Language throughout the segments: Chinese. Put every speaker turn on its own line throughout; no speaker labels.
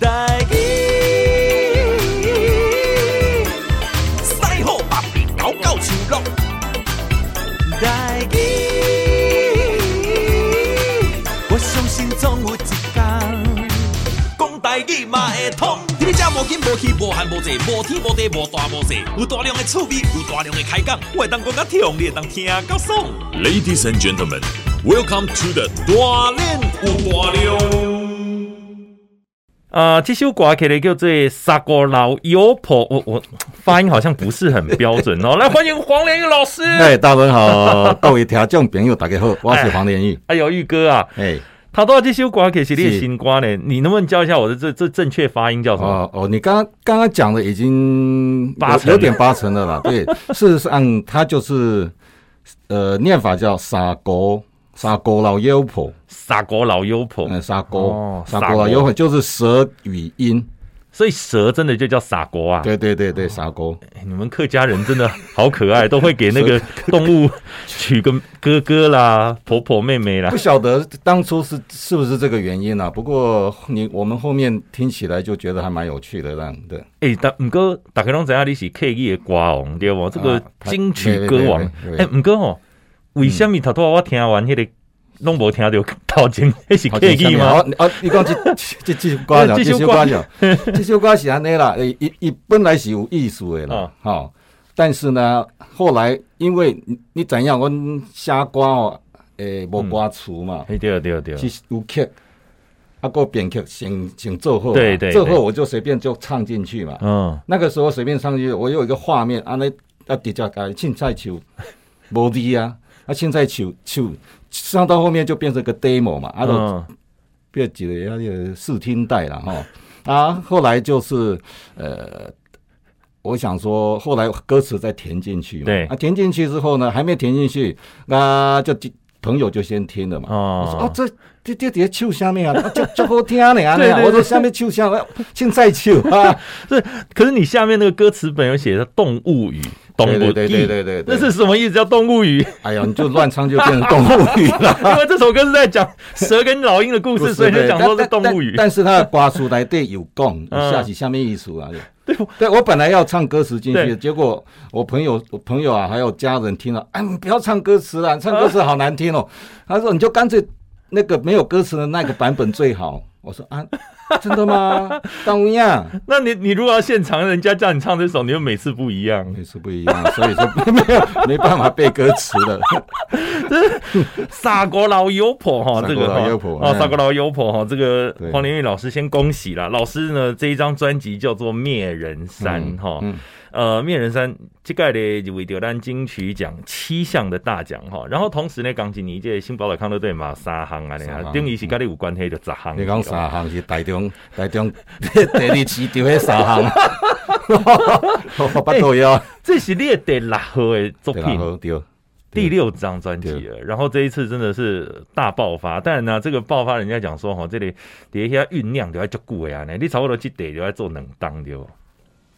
代语，
西好北鼻狗狗树落，
代语，我相信总有一天，
讲台语嘛会通。伫你遮无紧无去无限无济，无天无地无大无细，有大量的趣味，有大量的开讲，我会当讲甲痛，你会当听啊到爽。
Ladies and gentlemen, welcome to the 大练有大量。
呃，这首歌曲的叫做《萨果老油婆》，我我发音好像不是很标准 哦。来，欢迎黄连玉老师。
哎，大家好，各位听众朋友，大家好，我是黄连玉。
哎呦，玉哥啊，
哎，
他到这首歌曲是练
是
新歌呢，你能不能教一下我的这这正确发音叫什么？
哦哦，你刚刚刚刚讲的已经
八成
有有点八成了啦。 对，事实上它就是呃念法叫沙锅沙锅老妖婆，
萨果老油婆，
嗯，沙
哦
锅沙
砂
锅
锅
老妖婆就是舌语音。
所以蛇真的就叫萨果啊。
对对对对，沙锅
哎你们客家人真的好可爱，都会给那个动物取个哥哥啦、婆婆、妹妹啦
不。晓得当初是是不是这个原因啊？不过你我们后面听起来就觉得还蛮有趣的，这样对。
哎、大五哥，大家拢知影你是 K E 的歌王对不？这个
啊他
金曲歌王
对对。对
哎、五哥哦，为什
嗯
么头拄仔我听完迄、个拢无听到头前迄是
好
K E 吗？？
啊，哦你 讲这这这首歌了，
这
这
首
首
歌
歌了，这首歌是安尼啦，诶，伊伊本来是有意思的
哦
啦，吼、但是呢，后来因为你你知影，阮写歌哦，诶、无歌词嘛，
哎、对对对，
是有曲，啊，个编曲先先做好嘛，
对对
做
对
好我就随便就唱进去嘛。
嗯，
那个时候随便唱进去，我有一个画面，安尼啊，直接改凊彩手，无字啊，啊，凊彩手手。上到后面就变成个 demo 嘛，啊，就
嗯，
变几个那个试听带了哈。啊，后来就是呃，我想说，后来歌词再填进去嘛，
对
啊，填进去之后呢，还没填进去，啊，就朋友就先听了嘛。
哦
我说哦，这这这底下唱下 面啊，这这好听呢啊，
对对
我说下面唱下面，凊彩唱啊，
是，可是你下面那个歌词本有写的动物语，动物
对
语，
对对对对对
那是什么意思？叫动物 语？
哎呀，你就乱唱就变成动物语了。
因为这首歌是在讲蛇跟老鹰的故事，所以就讲说是动物语
但但。但是他的瓜叔来对有共，有下起下面一组啊。对，对我本来要唱歌词进
对
去，结果我朋友、我朋友啊，还有家人听了，哎，你不要唱歌词了，唱歌词好难听哦。他说你就干脆那个没有歌词的那个版本最好。我说啊，真的吗？当然呀，
那你你如果要现场，人家叫你唱这首，你就每次不一样。
也是不一样，所以说没有没办法背歌词的。
傻国老优婆哈，
傻
这
国
个
老
哈
优婆
哦，
嗯
傻国老优婆哈，这个
对
黄连玉老师先恭喜啦！老师呢这一张专辑叫做《灭人山》哈，
嗯
呃，《灭人山》这盖的就为丢单金曲奖七项的大奖哈，然后同时呢，钢琴你这新宝岛康乐队嘛有三项啊，你
三
看
项
等于是跟你有关系的十项。
你讲三行是台中，台中第二市场迄三行，我八肚腰。
这是列的拉赫的作
对啦，
品，
好对，
第六张专辑了，然后这一次真的是大爆发。但呢、这个爆发人家讲说哈，这里底下酝酿就要足久的啊，你差不多去得就要做冷当的哦。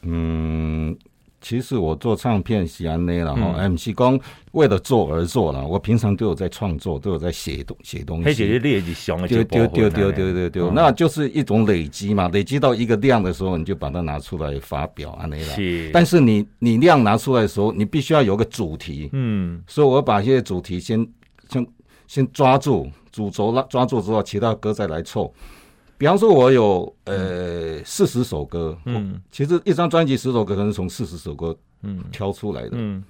嗯，其实我做唱片是安内了哈，
嗯
唔哎是讲为了做而做了，我平常都有在创作，都有在写东写东
黑姐姐
西。
列一熊的
丢
一部
丢
分
丢
啊
丢丢丢丢，
嗯
那就是一种累积嘛，累积到一个量的时候，你就把它拿出来发表安内了。
是，
但是你你量拿出来的时候，你必须要有个主题，
嗯
所以我把一些主题先先先抓住，主轴拉抓住之后，其他歌再来凑。比方说，我有呃四十首歌，
嗯
其实一张专辑十首歌，可能是从四十首歌
嗯
挑出来的，
嗯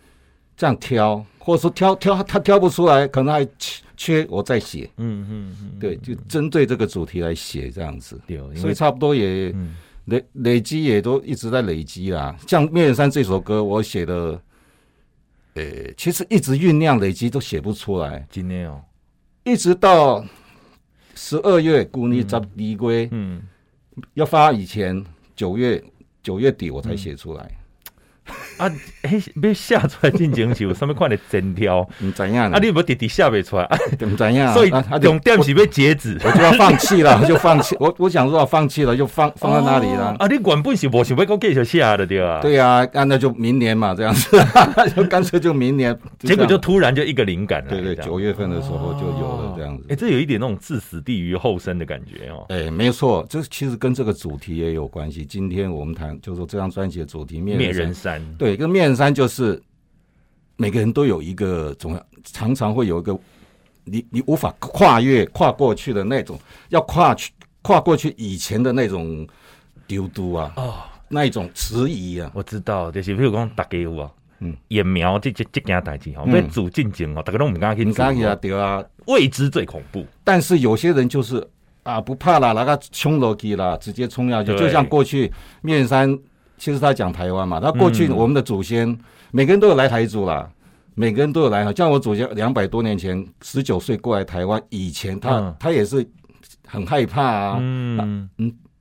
这样挑，或者说挑挑他挑不出来，可能还缺缺我再写，
嗯嗯嗯，
对，就针对这个主题来写这样子，
对，因
所以
为
差不多也
嗯
累累积也都一直在累积啦。像《灭人山》这首歌，我写的，呃，其实一直酝酿累积都写不出来，
今天哦，
一直到十二月孤立十离归、
嗯，
要发以前，九月九月底我
嗯
才写出来。
啊，哎，被吓出来进前是有上面看的真 挑，
你怎样？
啊，你有没有直直下不出来？啊
怎怎样？
所以
嗯啊啊就
重点是被截止。
我就要放弃了，就放弃。我我想说啊放弃了，就放放在那里了。
啊，你原本是无想要讲继续下的对吧？
对呀、啊，那就明年嘛，这样子， 就干脆就明年。
结果就
这样
突然就一个灵感了。
对对，
这样
九月份的时候就有了。这样子
哎、。这有一点那种置死地于后生的感觉哦。
哎、没错，这其实跟这个主题也有关系。今天我们谈，就是说这张专辑的主题《
灭
灭
人
人
山，
对，跟面山就是每个人都有一个总要常常会有一个你你无法跨越跨过去的那种，要跨去跨过去以前的那种丢丢啊，
哦，
那一种迟疑啊，
我知道，就是比如讲大家有啊，
嗯
疫苗这这这件代志吼，
嗯
要做进前吼，大家都唔敢去
你
做
刚
哦
也对啊。
未知最恐怖。
但是有些人就是啊不怕啦，那个冲楼梯啦，直接冲下去，
对
就像过去面山，其实他讲台湾嘛，他过去
嗯
我们的祖先、每个人都有来台族啦。每个人都有来，像我祖先两百多年前，十九岁过来台湾以前他，他、
嗯
也是很害怕啊，
嗯，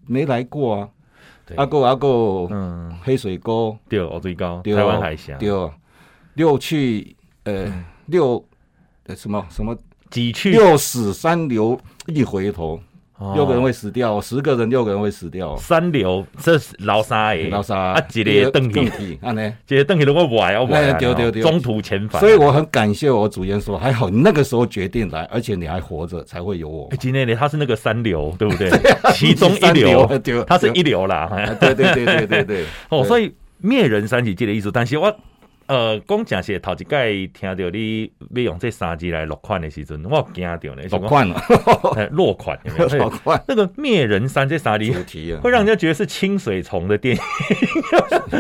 没来过啊。
对
阿哥阿哥，
嗯，
黑水沟，
对，我最高
对
台湾海峡，
对，六去呃六呃什么什么
几嗯去
六死三流一回头，
哦
六个人会死掉，十个人六个人会死掉。
三流，这是老三诶，
老啥？
啊，一个邓
邓
去，
体，安呢？
一个邓去，如果歪，我歪，
哎对对对
哦中途遣返。啊
所以我很感谢我主演说，还好你那个时候决定来，而且你还活着，才会有我
哎。今天呢，他是那个三流，对不 对？其中一
三
流
流对，
他是一流啦。哎
啊对对对对对 对。
哦，
对
所以灭人三级这个意思，但是我呃讲真实，头一届听到你要用这三级来落款的时阵，我有惊到呢，
好
想
快了，
讲哎落款有没
好
有？
快。
那个灭人三这三级
主题啊，
会让人家觉得是清水虫的电影，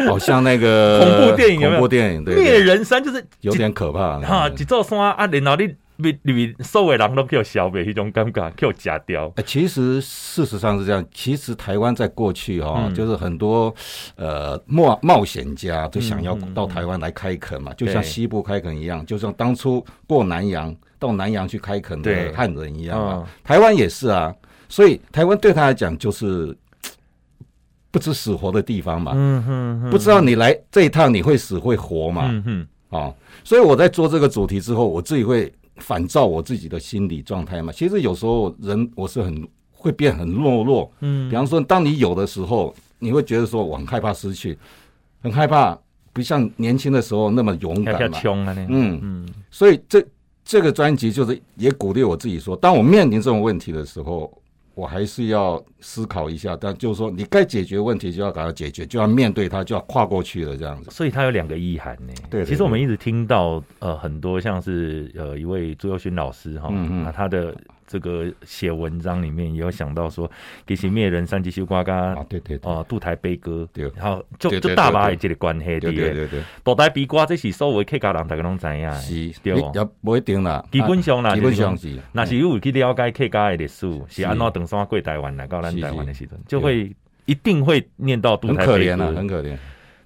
好像那个
恐怖电影有没有
恐怖电影对，对
灭人三就是
有点可怕
一哈
啊。
一座山啊，然后你你你所有的人都叫消灭，迄种感觉叫吃掉。
呃其实事实上是这样，其实台湾在过去哈、
嗯
就是很多呃冒冒险家就想要
嗯嗯嗯
到台湾来开垦嘛，就
对
像西部开垦一样，就像当初过南洋到南洋去开垦
对
的汉人一样嘛
嗯，
台湾也是啊，所以台湾对他来讲就是嘖不知死活的地方嘛，
嗯哼哼，
不知道你来这一趟你会死会活嘛，
嗯哼，
哦，所以我在做这个主题之后，我自己会反照我自己的心理状态嘛。其实有时候人我是很会变很懦弱，
嗯
比方说当你有的时候，你会觉得说我很害怕失去，很害怕，不像年轻的时候那么勇
要要
敢嘛。
冲啊呢。
嗯
嗯
所以这这个专辑就是也鼓励我自己说，当我面临这种问题的时候。我还是要思考一下，但就是说，你该解决问题就要把它解决，就要面对它，就要跨过去了，这样子。
所以它有两个意涵呢。
对对
其实我们一直听到呃很多像是呃一位朱佑勋老师哈，
嗯嗯
那他的这个写文章里面也有想到说，其实灭人三级修瓜嘎
啊，对对对，
哦，杜台悲歌，
对
然后就
对对
就
对
大把的这个关系
对对
的，
对对。
杜台悲歌这是所有客家人大家拢知影的，
是，
对
你
哦
哎也不一定啦，
基本上啦，
啊基
就是
本
说
上是，嗯
那是有去了解客家的历史，是
是
安怎登山过台湾来到咱
是
台湾的
是
时阵，就会一定会念到杜
很
台
可
悲
怜啊，
歌
很。可怜。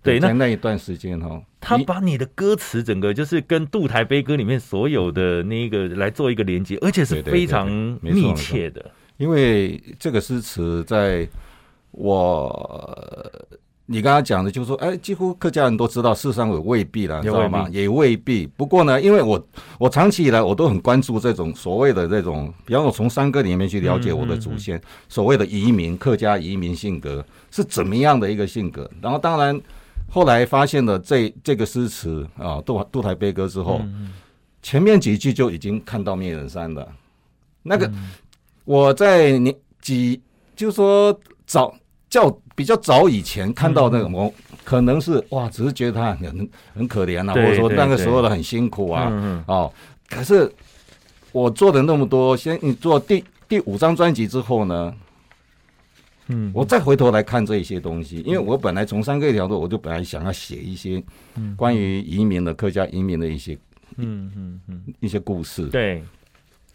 对那
在那一段时间哦，
他
你
把你的歌词整个就是跟《杜台悲歌》里面所有的那一个来做一个连接，而且是
对对
非常
对对没错
密切的。
因为这个诗词在我。呃你刚刚讲的，就是说，哎，几乎客家人都知道，事实上也未必啦，
也
知道
未
吗？也未必。不过呢，因为我我长期以来我都很关注这种所谓的这种，比方我从山歌里面去了解我的祖先，所谓的移民，客家移民性格是怎么样的一个性格。然后当然后来发现了这这个诗词啊，杜杜台悲歌之后，
嗯
前面几句就已经看到灭人山了。那个、
嗯
我在年几，就是说早较比较早以前看到那
嗯
个，我可能是哇，只是觉得他很很可怜啊，或
对
者说
对
那个
对
时候的很辛苦啊，
嗯
哦，可是我做了那么多，先你做第第五张专辑之后呢，
嗯
我再回头来看这一些东西，因为我本来从三个一条路，我就本来想要写一些关于移民的客家移民的一些
嗯嗯嗯，
一些故事，
对，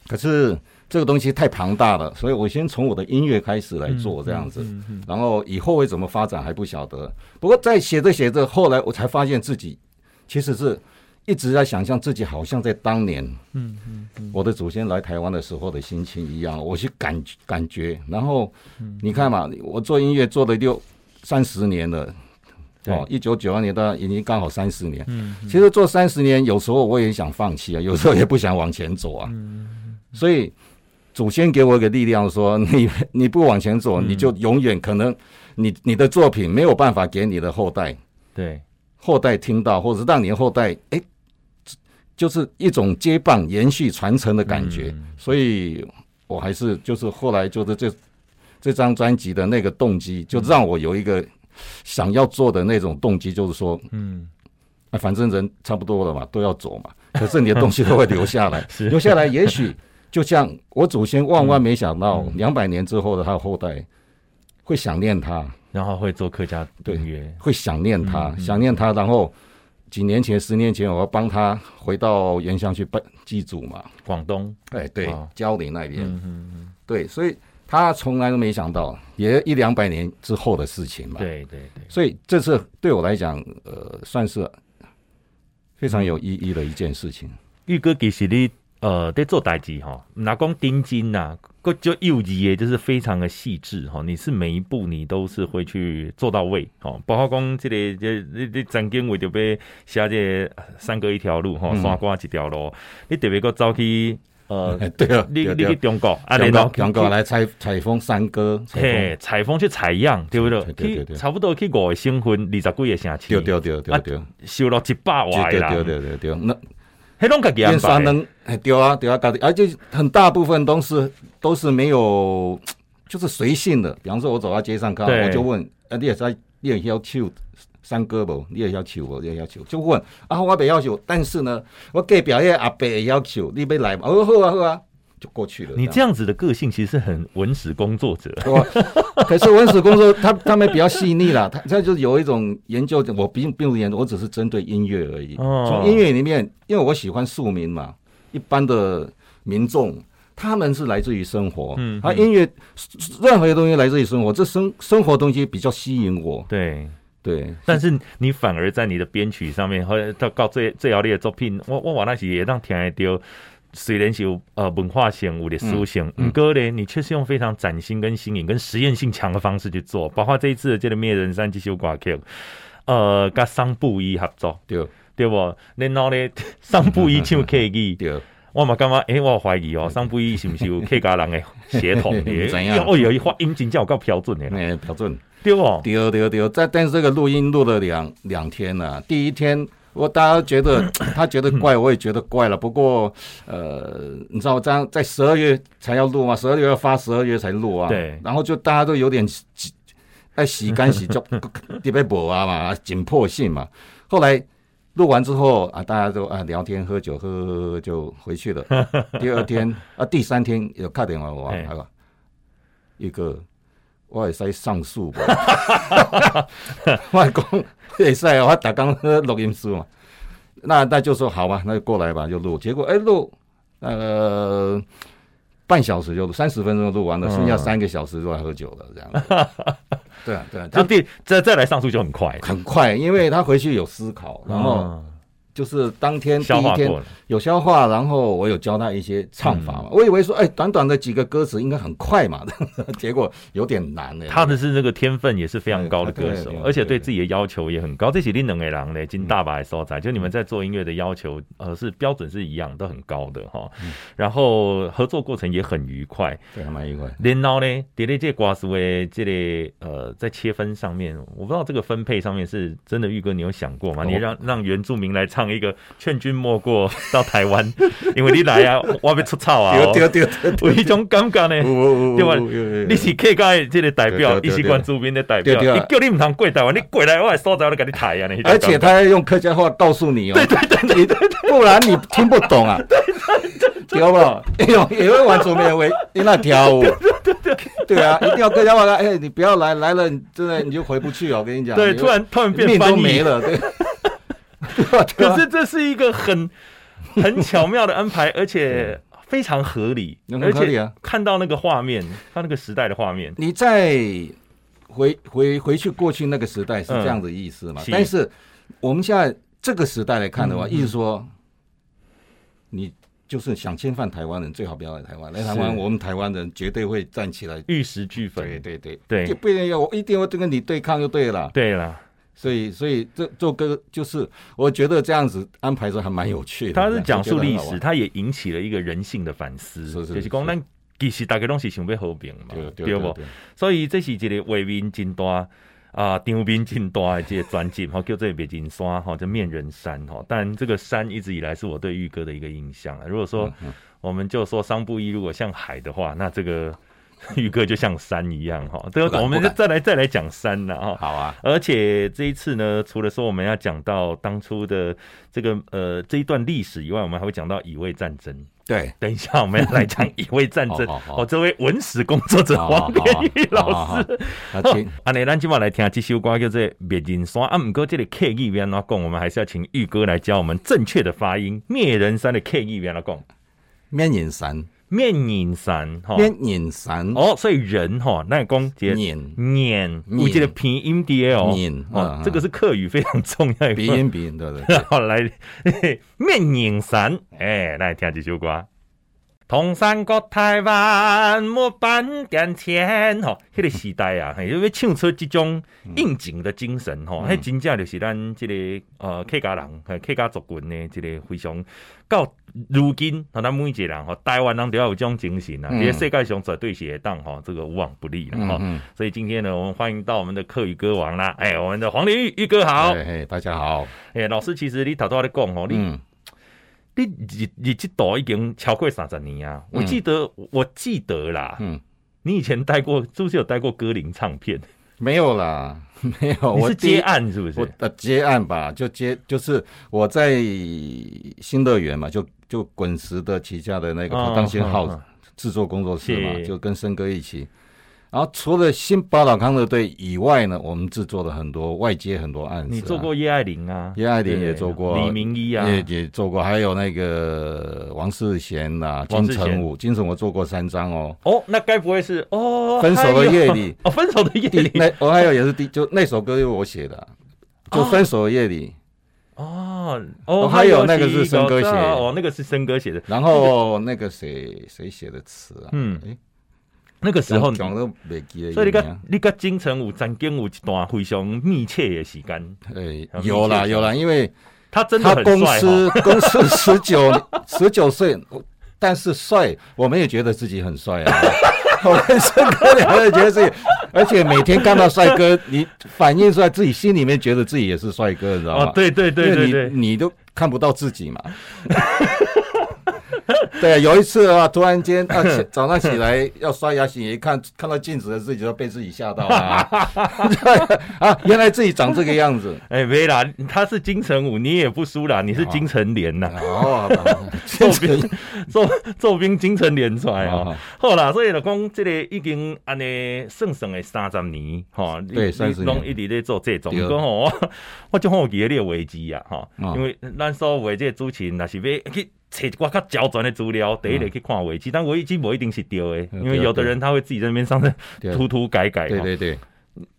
可是这个东西太庞大了，所以我先从我的音乐开始来做这样子，然后以后会怎么发展还不晓得。不过在写着写着，后来我才发现自己其实是一直在想象自己好像在当年，嗯嗯，我的祖先来台湾的时候的心情一样，我去感感觉。然后你看嘛，我做音乐做了六三十年了。
对
哦，一九九二年到已经刚好三十年。其实做三十年，有时候我也想放弃啊，有时候也不想往前走啊。所以祖先给我一个力量说，你你不往前走，你就永远可能你你的作品没有办法给你的后代
对，
后代听到，或者是让你的后代哎就是一种接棒、延续、传承的感觉。
嗯
所以我还是就是后来就是这这张专辑的那个动机，就让我有一个想要做的那种动机，就是说，
嗯，
啊，反正人差不多了嘛，都要走嘛，可是你的东西都会留下来
是，
留下来，也 许就像我祖先万万没想到，
嗯
两百年之后的他的后代会想念他，
然后会做客家音乐，
会想念他，
嗯嗯
想念他，然后。几年前、十年前，我要帮他回到原乡去拜祭祖嘛。
广东，
哎，对
哦，
蕉林那边，
嗯嗯，
对，所以他从来都没想到，也一两百年之后的事情嘛。，
对对对，
所以这次对我来讲，呃，算是非常有意义的一件事情。
玉哥其实你呃在做代志哈，拿光丁金呐、够就幼稚的，就是非常的细致哈。你是每一步你都是会去做到位哦，包括讲这个这这这曾经为着要写这个三哥一条路哈，
嗯
山瓜一条路，你特别个走去呃，
哎，对了，
你
对
你去
对
中国啊，
讲
然
到
后
讲到来采采风山歌，采
嘿
风，
采风去采样，对不对？
对对对
去
对
差不多去五个省份，二十几个城市，
对对对对
啊
对，
收了一百
对
外
对
啦，
对对对对，那
迄拢家己安
燕山
排的。
能哎对啊对啊，搞的，而且很大部分都是都是没有，就是随性的。比方说，我走到街上看，
对
我就问，啊，你也在，你也要求山歌不？你也要求不？你也要求，就问啊，我不要求，但是呢，我给表演阿伯也要求，你别来嘛，哦，好啊好啊，就过去了。
你这样子的个性其实是很文史工作者，
我 可是文史工作，他他们比较细腻啦，他他就是有一种研究，我并并不研究，我只是针对音乐而已。
哦
从音乐里面，因为我喜欢庶民嘛，一般的民众。他们是来自于生活，
嗯
啊，音乐任何一个东西来自于生活，这生生活东西比较吸引我，
对。
对，
但是你反而在你的编曲上面，或者到到最最后你的作品，我我我那是也让听得到。虽然是有呃文化性、有历史性，嗯，哥嘞，你却是用非常崭新、跟新颖、跟实验性强的方式去做，包括这一次的这个《灭人山》这首歌曲，呃，跟桑布伊合作，
对
对不？然后呢， 桑布伊唱 K 语，
对，
我嘛感觉，诶、我有怀疑哦，桑布伊是不是有客家人的血统？
不知影
哦哟，伊发音真正有够标准的啦，
哎，标准，
对不？
对对对，在但是这个录音录了两两天了、第一天我大家觉得他觉得怪，我也觉得怪了。不过呃，你知道我这样在十二月才要录嘛，十二月要发，十二月才录啊。
对
然后就大家都有点洗在洗干洗就 特别薄啊嘛，紧迫性嘛。后来录完之后啊，大家都啊聊天喝酒，喝喝喝喝就回去了。第二天啊，第三天有打电话我
嘿
啊，一个我会使上诉吧。我讲会使啊，我打刚录音师嘛。那那就说好吧，那就过来吧，就录。结果哎录，呃，半小时就录，三十分钟就录完了，
嗯
剩下三个小时都在喝酒了，这样子。对啊，对啊，
这
他
第再再来上诉就很快，
很快，因为他回去有思考，然后
嗯
就是当天第
消
一
化
天
过了，
有消化，然后我有教他一些唱法嘛。我以为说，哎，短短的几个歌词应该很快嘛，结果有点难呢。
他的是那个天分也是非常高的歌
对
手
对，对
而且对自己的要求也很高。这些令能为郎嘞，金大把的所
嗯
在，就你们在做音乐的要求，呃，是标准是一样，都很高的哈。
嗯
然后合作过程也很愉快，
对还蛮意外。
然后呢，叠在这瓜叔诶，这类呃，在切分上面，我不知道这个分配上面是真的，玉哥你有想过吗？
哦
你让让原住民来唱一个《劝君莫过》到台湾，因为你来 啊，我要出草啊，
丢丢丢 丢
有一种感觉呢。对
对
吧你
历
是客家的这个代表，
对对
你
对
是原住民的代表，
对对
你
对
叫你唔通过台湾，你过来我的所在我就给你抬啊！那种
而
感觉
且他要用客家话告诉你哦，对对对对不然你听不懂啊，对对对，吧？哎呦，也会玩左面为你那跳舞，对啊，一定要客家话的，哎，你不要来来了，你真的你就回不去哦，我跟你讲，
对，
你
突然突然变
命
翻
都
译
没了，对，对啊对啊
可是这是一个很 很巧妙的安排，而且非常合理，
嗯
而
很合理
且
啊
看到那个画面，他那个时代的画面，
你再回回回去过去那个时代是这样的意思嘛？
嗯是
但是我们现在这个时代来看的话，意思说，你就是想侵犯台湾人，最好不要来台湾。来台湾，
是
我们台湾人绝对会站起来。
玉石俱焚。
对对对
对
就不一定要我一定会跟你对抗就对了。
对啦，
所以所以这这首歌就是我觉得这样子安排是还蛮有趣的。
他是讲述历
我觉
史，
得很好玩，
他也引起了一个人性的反思，
是是
就是讲
是
咱其实大家拢是想要和平嘛，
对对
不
对？
所以这是一个画面真大。啊，张斌进大的这个专辑，吼，叫做《北京山》哈，叫《面人山》哈。但这个山一直以来是我对玉哥的一个印象啊。如果
嗯
说我们就说桑布伊如果像海的话，那这个 玉哥就像山一样哈。这
不
个
敢
我们
不敢
再来再来讲山了哈。
好啊，
而且这一次呢，除了说我们要讲到当初的这个呃这一段历史以外，我们还会讲到乙未战争。
对，
等一下，我们要来讲乙未战争。
好好好
哦，这位文史工作者王连玉老师。
师，好好啊请
安尼，咱今晚来听这首歌叫做《灭人山》啊。不过这里 K 语要安怎讲，我们还是要请玉哥来教我们正确的发音。灭人山的 K 语要安怎讲？
面影山，
灭人山哈。
面影山，
哦，所以人哈，那讲这个
面
念，我记得拼音 D L
念
哦
嗯，
这个是客语非常重要一
鼻
个
音鼻音，对对对，
然后来 嘿嘿面影山，哎、来听这首歌。同山国台湾木板点前吼，迄、个时代啊， 嘿，因为唱出这种
嗯
应景的精神吼，迄、真正就是咱这个呃客家人、嘿客家族群的这个非常到如今，吼咱每一个人吼，台湾人都要有这种精神啊，
嗯
这个世界上绝对是会当吼，这个无往不利了吼。
嗯嗯
所以今天呢，我们欢迎到我们的客语歌王啦，哎、我们的黄连玉玉哥 好，
嘿，嘿大家好，
哎、老师，其实你头拄仔咧讲吼，你、
嗯，
你日日这岛已经超过三十年啊！我记得，我记得啦，
嗯，
你以前待过，是不是有待过歌林唱片？
没有啦， 没有，
你
哦我
是
第一
接案是不
我
是？
呃接案吧，就接就是我在新乐园嘛，就就滚石的旗下的那个
哦
当心
嗯
号
嗯
制作工作室嘛，
是
就跟森哥一起。然后除了新宝岛康乐队以外呢，我们制作了很多外接很多案子、啊。
你做过叶爱玲啊，
叶爱玲
对
也做过
李明一啊，
也也做过，还有那个王世贤呐、
王
金
世贤
城武，金城武做过三张哦。
哦，那该不会是哦？
分手的夜里
还有哦，分手的夜
第
里
那我还有也是第就那首歌是我写的啊，就《分手的夜里》
哦哦，
哦还有那个
喜
是森哥写的
哦，那个是森哥写的，
然后那个谁谁写的词啊？
嗯
诶
那个时候。
讲都袂记得。
所以你跟你跟金城武、张景武一段非常密切的时间，
哎，有啦有啦，因为
他真的
他
很
公
帅哦。
司 公司十九十九岁，但是帅，我们也觉得自己很帅啊。 我们帅哥两个人觉得自己，而且每天看到帅哥，你反映出来自己心里面觉得自己也是帅哥，你知道吗？
哦，对对对
因为
对对，
你你都看不到自己嘛。 对，有一次啊，突然间啊，起早上起来要刷牙洗脸，一看看到镜子的自己，就被自己吓到了啊 啊！原来自己长这个样子，
哎，没啦，他是金城武，你也不输啦，你是金城莲呐，
哦，
做兵做做兵金城莲出来
好
哦
好。
好啦，所以就讲这个已经安尼算算的三十年，吼，你
对
你
30年
拢一直在做这种，
对
讲吼，我我就好奇你的危机啊，吼，
嗯
因为咱所有的这个主持人，若是要去。找一寡较较全的资料，第一个去看危机，但危机不一定是对的，
嗯
因为
对
有的人他会自己在那边上面
对
涂涂改改。
对
吼，
对对，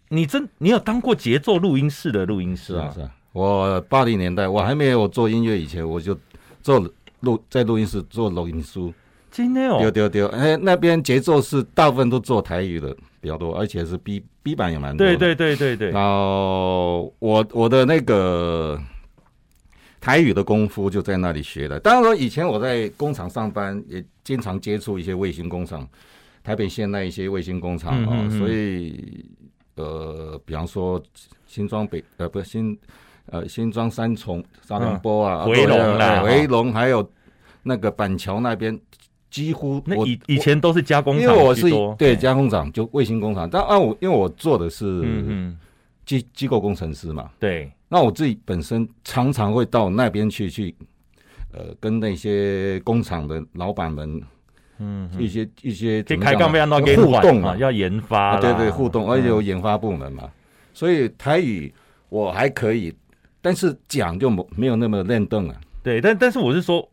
你真你有当过节奏录音室的录音师
是啊
吗
是？啊。我八零年代，我还没有做音乐以前，我就做录在录音室做录音书，
真的哦
丢，丢丢。哎，那边节奏是大部分都做台语的比较多，而且是 B B 版也蛮多的。
对对对对对，
然后我我的那个台语的功夫就在那里学的。当然说，以前我在工厂上班，也经常接触一些卫星工厂，台北县那一些卫星工厂啊、
嗯嗯嗯
所以呃，比方说新庄北呃，不是新呃新庄三重沙龙波啊，
回龙啦
啊
哦
回龙还有那个板桥那边，几乎
那
我
以以前都是加工
因
厂居
为
多，
我是对
加
加工厂就卫星工厂，但啊按我因为我做的是
嗯嗯，
机机构工程师嘛，
对，
那我自己本身常常会到那边去去，呃，跟那些工厂的老板们
嗯，
一些、一些
这
怎么
开
讲啊
杠被让到给
互动
啊，
嘛，
要研发啦，
对对互动，而且有
嗯
研发部门嘛，所以台语我还可以，但是讲就没没有那么练凳啊了。
对，但但是我是说。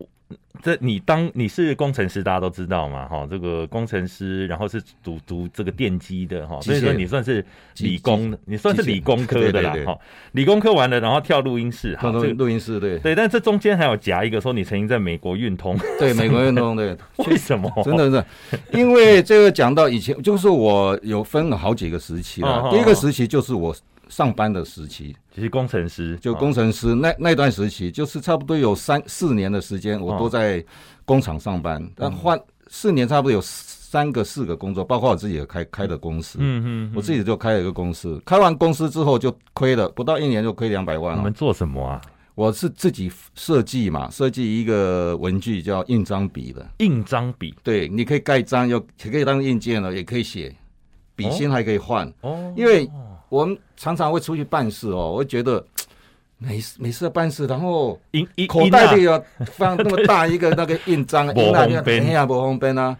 这你当你是工程师，大家都知道嘛，哈，这个工程师，然后是读读这个电机的哈，
机械
所以说你算是理工的，你算是
机械
理工科的啦
对对对，
哈，理工科完了，然后跳录音室，好，
录
这个
录音室对
对，但这中间还有夹一个说你曾经在美国运 通，
对，美国运 动对，
为什么？
真的是，因为这个讲到以前，就是我有分了好几个时期
哦哦
了
哦。
第一个时期就是我上班的时期，
其实工程师
就
哈
工程师那那段时期，就是差不多有三四年的时间，我
哦嗯
都在工厂上班。但换四年差不多有四三个四个工作，包括我自己也开开的公司，
嗯嗯，
我自己就开了一个公司，开完公司之后就亏了，不到一年就亏两百万
你
了
们。做什么啊？
我是自己设计嘛，设计一个文具叫印章笔的，
印章笔
对，你可以盖章，又也可以当印件了，也可以写，笔芯还可以换。
哦，
因为我们常常会出去办事哦，我会觉得没事没事办事，然后
印印
口
印
袋
啊
里有放那么大一个那个印 章，
不
印那
方便
哎呀不方便啊，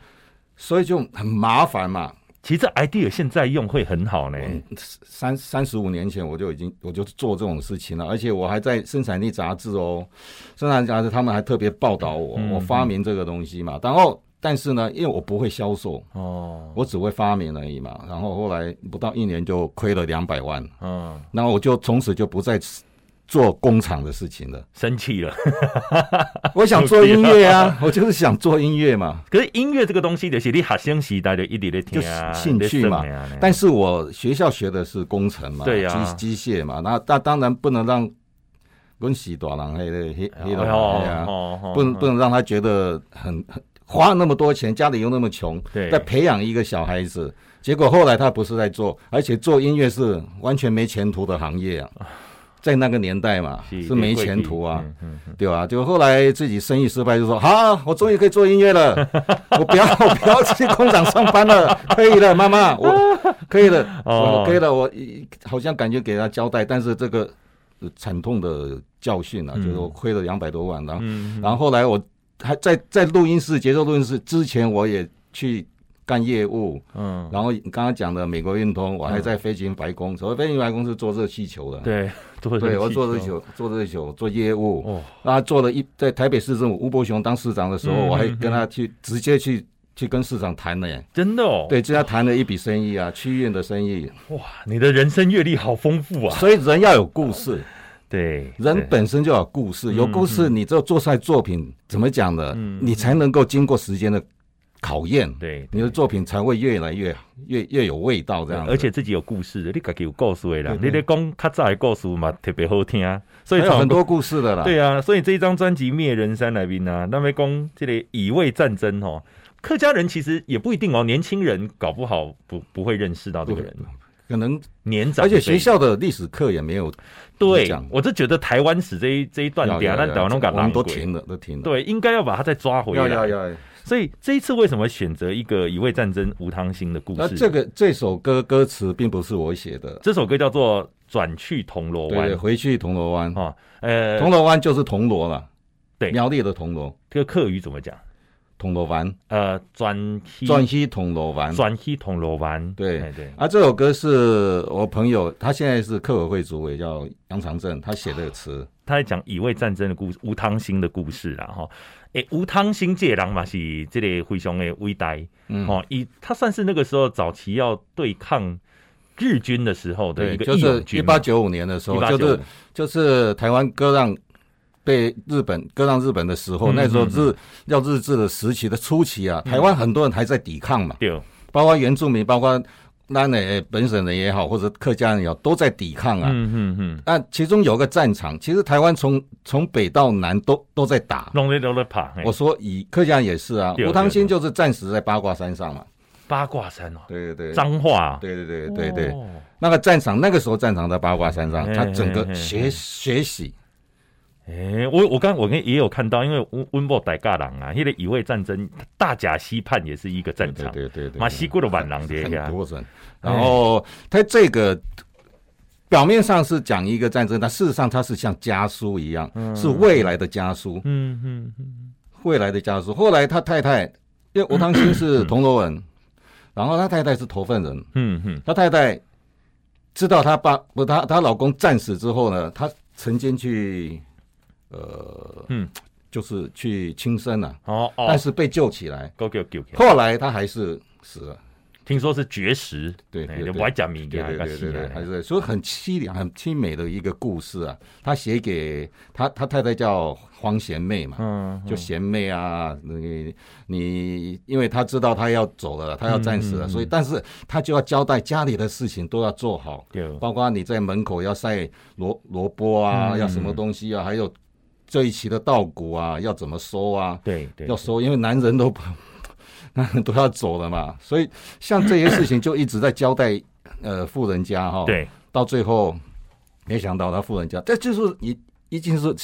所以就很麻烦嘛。
其实 idea 现在用会很好呢。
嗯，三三十五年前我就已经我就做这种事情了，而且我还在生产力杂志哦，生产力杂志他们还特别报道我，
嗯
我发明这个东西嘛。然后但是呢，因为我不会销售，
哦，
我只会发明而已嘛。然后后来不到一年就亏了两百万，
嗯，
然后我就从此就不再做工厂的事情了。
生气了。
我想做音乐啊，我就是想做音乐嘛。
可是音乐这个东西，就是你学生时代就一直在听啊，
就兴趣嘛
在耍的啊
但是我学校学的是工程嘛，
对啊
机机械嘛，那那当然不能让温喜大郎黑的黑黑的啊，
哎哦哦
不能不能让他觉得很很花那么多钱，家里又那么穷
对，
在培养一个小孩子，结果后来他不是在做，而且做音乐是完全没前途的行业啊，在那个年代嘛是没前途啊。，
嗯嗯
对吧、就后来自己生意失败，就说好，我终于可以做音乐了，我不要，我不要去工厂上班了，可以了，妈妈，我可以了，
哦
我可以了，我好像感觉给他交代，但是这个呃惨痛的教训啊，
嗯
就是我亏了两百多万，然后，
嗯，
然后后来我还在在录音室、节奏录音室之前，我也去干业务，
嗯，
然后你刚刚讲的美国运通，我还在飞行白宫，所谓飞行白宫是做热气球的，，
对， 做
对我做
这
热气球，做热气球，做业务，
哦，
那做了一在台北市政府吴伯雄当市长的时候，
嗯
我还
嗯
跟他去直接去去跟市长谈了耶，
真的哦，，嗯
对，跟他谈了一笔生意啊，区院的生意。
哇，你的人生阅历好丰富啊，
所以人要有故事，
对，嗯
人
对
本身就要有故事，有故事，你这做出来作品怎么讲呢？你才能够经过时间的考验，
嗯对
你的作品才会越来越越越有味道这样子。
而且自己有故事的，你自己有故事的啦，你咧讲较早的故事嘛，特别好听，啊所以
还有
从
很多故事的啦。
对啊，所以这一张专辑《灭人山》来宾啊，那么讲这个以卫战争哦，客家人其实也不一定哦，年轻人搞不好不不会认识到这个人，
可能
年长
而
辈，
且学校的历史课也没有
对
讲，
我就觉得台湾史这一这一段
要，
点，
要
那
要
台湾都敢
我们
浪
都
鬼，
停了，都停了。
对，应该要把它再抓回
要，
来。
要要要。
所以这一次为什么选择一个以卫战争吴汤兴的故
那
事？
这个这首歌歌词并不是我写的，
这首歌叫做《转去铜锣
对
湾
对，》回去铜锣湾，
哦，呃，
铜锣湾就是铜锣了，
对
苗栗的铜锣，
这个客语怎么讲？
铜锣湾，
呃，转去
转西铜锣湾。
转去铜锣湾，
对
哎对，
啊，这首歌是我朋友，他现在是客委会主委，叫杨长正，他写的词。
他在讲乙未战争的故事，吴汤兴的故事啦，哈。诶，吴汤兴这个人嘛是这个灰熊的微代，
嗯，
哦，以他算是那个时候早期要对抗日军的时候的
对，
哦一个
就
义勇
是一
军嘛，
八九五年的时候，
1895
就是就是台湾割让被日本割让日本的时候，
嗯
那时候
嗯
日要日治的时期的初期啊，台湾很多人还在抵抗嘛。
对，
包括原住民，包括那呢本省人也好，或者客家人也好，都在抵抗啊。
嗯嗯嗯，
那、其中有个战场，其实台湾从从北到南都都在打。
弄得都在爬，嘿
我说以客家人也是啊，
对
吴汤兴就是暂时在八卦山上嘛。
八卦山哦，
对对对，
脏话，
对对对对对，
哦
那个战场那个时候战场在八卦山上
嘿，
他整
嘿
个
嘿
学学习。
诶、我我刚我跟也有看到，因为温温布代噶人啊，那个乙未战争大甲溪畔也是一个战场，
对对对对，
马西古的晚郎这
很
个啊，
多人。然后他这个表面上是讲一个战争，但事实上它是像家书一样，是未来的家书。
嗯嗯嗯，
未来的家属。后来他太太，因为吴汤兴是铜锣人，然后他太太是头份人，
嗯嗯，
他太太知道他爸不，他她老公战死之后呢，她曾经去，呃，
嗯，
就是去轻生啊，
哦哦，
但是被救起来，
够够够，
后来他还是死了。
听说是绝食，
对
哎
对
就
对
不爱讲米
对
给
对对对对，还
是
是所以很凄凉、很凄美的一个故事啊。他写给他他太太叫黄贤妹嘛，
嗯，
就贤妹啊，那个你，因为他知道他要走了，
嗯
他要战死了，所以但是他就要交代家里的事情都要做好，
对
包括你在门口要晒萝萝卜啊，
嗯
要什么东西啊，还有这一期的稻谷啊，要怎么收啊，
对对，
要收，因为男人都不。 那都要走了嘛。所以像这些事情就一直在交代呃富人家哈，，
对，
到最后没想到他富人家，这就是一已经是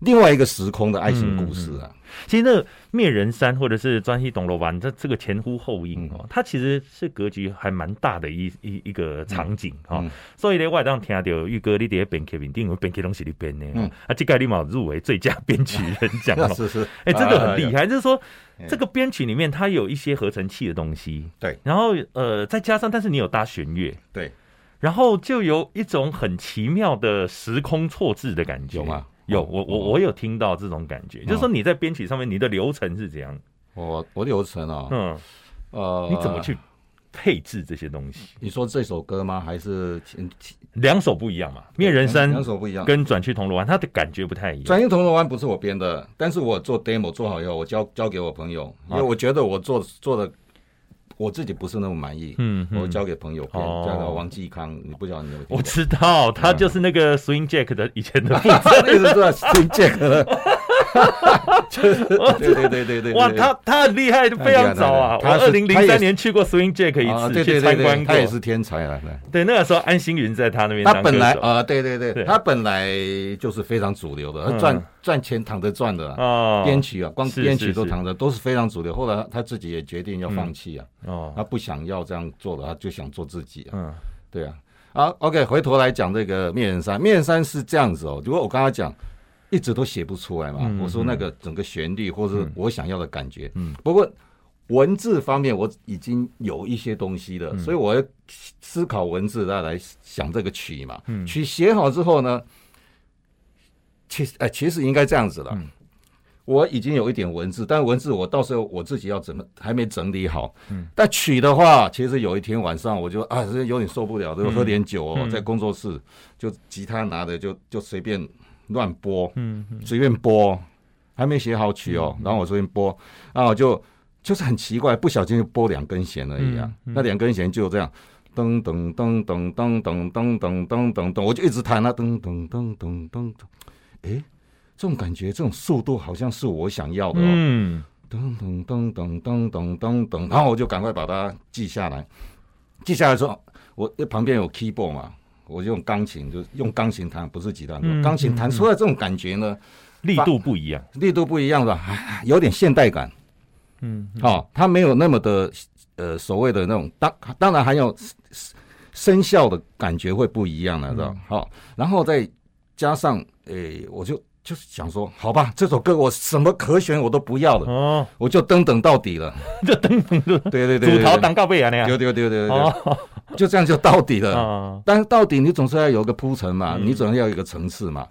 另外一个时空的爱情故事啊。
其实那个灭人山或者是专西董罗湾，这这个前呼后应
嗯
哦，它其实是格局还蛮大的一一一个场景哦。
嗯
所以呢，我当听到玉哥你伫编剧面顶，编剧拢是你编的、哦
嗯
啊，这个你嘛有入围最佳编曲人 奖哦。
是是，
哎、真的很厉
啊。
害，就是说
嗯
这个编曲里面它有一些合成器的东西，
对，
然后呃再加上，但是你有搭弦乐，
对，
然后就有一种很奇妙的时空错置的感觉，
有吗
有，我我
哦
我有听到这种感觉，就是说你在编曲上面你的流程是怎样？
我我流程哦，
嗯，
呃，
你怎么？去配置这些东西？
你说这首歌吗？还是前前
两首不一样嘛，《灭人山
两》首不一样？
跟《转去铜锣湾》，它的感觉不太一样。
转运铜锣湾不是我编的，但是我做 demo 做好以后，我交交给我朋友，
啊
因为我觉得我做做的我自己不是那么满意，
嗯嗯
我交给朋友编，
哦
交给王继康，你不晓得你有没有听过
我知道，他就是那
嗯
个 Swing Jack 的以前 的负责
他那个是做 Steve Jack 的，就是对对对对对，
哇，
对
他他很厉害，非常早啊！我
他是
二零
他
零
也
三
是
年去过 Swing Jack
啊
一
对
次，去
对对
参观
对，
过
他。也是天才了。对
对，那个时候安星云在他那边当
他
歌手，
本来啊，对对
对
对，他本来就是非常主流的，他
嗯
赚赚钱躺着赚的啊，
哦
编曲啊，光
是
编
是
曲都
是
躺着，都是非常主流。后来他自己也决定要放弃啊，
哦，
他不想要这样做了，他就想做自己啊。
嗯
对啊，啊，OK，回头来讲这个面人山，面人山是这样子哦。如果我刚刚讲，一直都写不出来嘛，
嗯
我说那个整个旋律或是我想要的感觉，
嗯，
不过文字方面我已经有一些东西了，
嗯
所以我要思考文字再来想这个曲嘛，
嗯
曲写好之后呢，其实呃其实应该这样子了。
嗯
我已经有一点文字，但文字我到时候我自己要怎么还没整理好。
嗯
但曲的话，其实有一天晚上我就啊，真的有点受不了，就喝点酒哦，
嗯
在工作室就吉他拿着就就随便乱拨，
嗯嗯
随便拨，还没写好曲哦，然后我随便拨，然后我就就是很奇怪，不小心就拨两根弦而已啊，
嗯嗯
那两根弦就这样。噔噔噔噔噔噔噔噔噔噔噔，我就一直弹啊，噔噔噔噔噔噔，诶，这种感觉，这种速度好像是我想要的哦。
嗯，
噔噔噔噔噔噔噔噔，然后我就赶快把它记下来。记下来之后，我旁边有 keyboard 嘛，我就用钢琴，就用钢琴弹，不是吉他。
嗯
钢琴弹
嗯
出来这种感觉呢，
力度不一样，
力度不一样了，唉有点现代感。
嗯，
哦，它没有那么的呃所谓的那种当当然还有声效的感觉会不一样了，知
嗯
道吧？好、然后再加上诶、我就就是想说，好吧，这首歌我什么和弦我都不要了。
哦，
我就登等 到底了，就登等，对对对，
主
对
逃当告贝啊那样，
对对对对对对，
哦
就这样就到底了。
哦，
但是到底你总是要有个铺陈嘛，
嗯
你总要有一个层次嘛。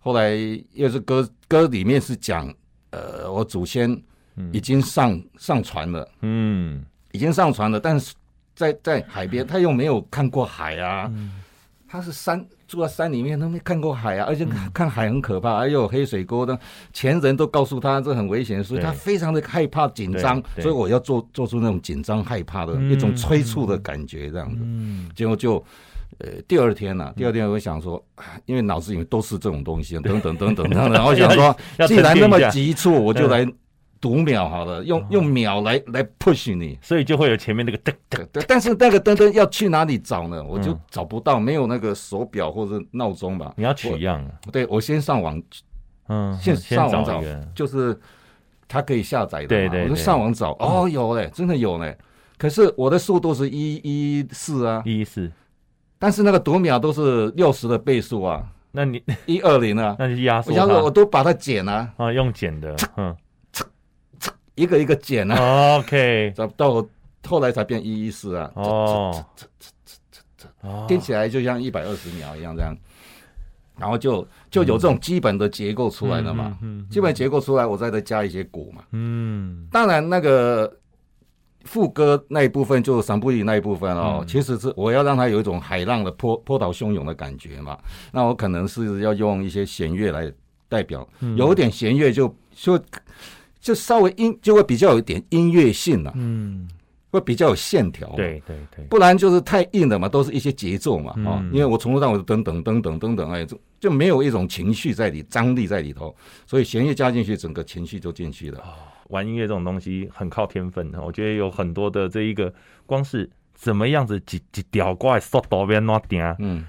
后来又是歌歌里面是讲，呃，我祖先已经上上船了，
嗯
已经上船了，但是在在海 边，他又没有看过海啊，
嗯
他是山住在山里面，他没看过海啊，而且
嗯
看海很可怕，还有黑水沟的，前人都告诉他这很危险，所以
对
他非常的害怕紧张，
对对
所以我要做做出那种紧张害怕的
嗯
一种催促的感觉，这样子，
嗯，
结果就。呃，第二天呢、第二天我想说，啊因为脑子里面都是这种东西，等等等等， 然后我想说，
要
既
沉
然那
淀
么
一下，嗯
急促，我就来读秒好了，用用秒来来 push 你，
所以就会有前面那个噔噔，
对，但是那个灯灯要去哪里找呢？我就
嗯
找不到，没有那个手表或者闹钟吧。
你要取样，啊
对，我先上网，
嗯，
先
先
上网
找
找
一个，，
就是它可以下载的嘛。
对对
我就
对嗯
上网找，哦，有嘞，真的有嘞。可是我的速度是一一四啊，
一是，
但是那个读秒都是六十的倍数啊，
那你。
一二零啊
那就压
我
缩
想说，
它，
我都把它剪啊，
啊，用剪 的，嗯
一个一个剪啊，
，OK，
找到我后来才变一一四啊。
哦，哦
听起来就像一百二十秒一样这样，然后就就有这种基本的结构出来了嘛。
嗯嗯嗯
基本结构出来，我再再加一些鼓嘛。
嗯
当然，那个副歌那一部分就散步里那一部分哦，
嗯
其实是我要让它有一种海浪的波波涛汹涌的感觉嘛。那我可能是要用一些弦乐来代表，
嗯
有一点弦乐就就就稍微音就会比较有一点音乐性了、啊
嗯，
会比较有线条。啊
对对对，
不然就是太硬了嘛，都是一些节奏嘛，啊、
嗯
因为我从头到尾都噔噔噔噔噔噔，哎，就就没有一种情绪在里，张力在里头，所以弦乐加进去，整个情绪就进去了。
哦玩音乐这种东西很靠天分，我觉得有很多的这一个，光是怎么样子几几条怪速度变哪点，
嗯，
啊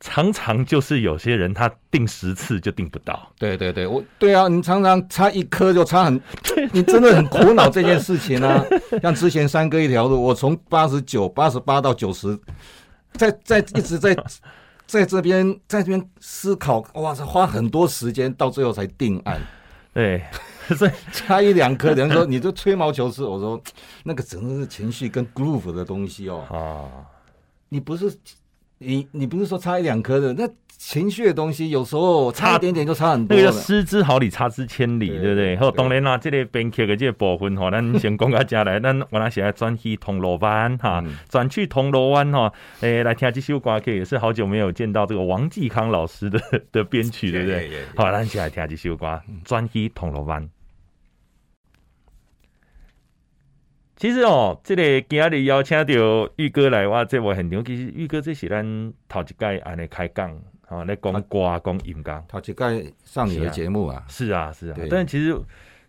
常常就是有些人他定十次就定不到。
对对对，我对啊，你常常差一颗就差很，你真的很苦恼这件事情 啊。像之前三哥一条路，我从八十九、八十八到九十，在在一直在在这边在这边思考，哇，这花很多时间，到最后才定案。
对， 所以
差一两颗，人家说你这吹毛求疵，我说那个真的是情绪跟 groove 的东西哦，
啊，
你不是你你不是说差一两颗的，那情绪的东西有时候差一点点就差很多
那个叫
了。
失之毫厘，差之千里，
对
对不对？好，
对
当然啦，这个编曲的这个部分吼，咱先讲到这 来，咱原来是来转去铜锣湾哈
嗯，
转去铜锣湾哈，诶，来听这首歌曲，也是好久没有见到这个王继康老师的 的编曲，对不对？好，咱先来听这首歌，转去铜锣湾。其实哦，这个今日邀请到玉哥来我这我很牛。其实玉哥这是咱头一届安尼开讲，哦，来讲歌讲音乐。
他去盖上你的节目啊，
是啊，是啊
对，
但其实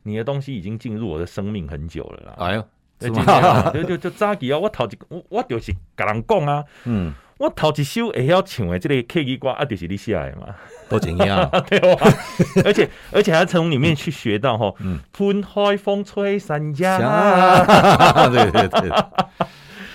你的东西已经进入我的生命很久了啦。
哎呦，
对
是
真的啊
吗？
就就就早期啊，我头一我我就是甲人讲啊，
嗯，
我头一首会晓唱的这个客语歌啊，就是你写的嘛，
都怎 样？
对吧？ 而且而且还从里面去学到吼，
嗯
春海风吹山
啊
崖，，
对对对，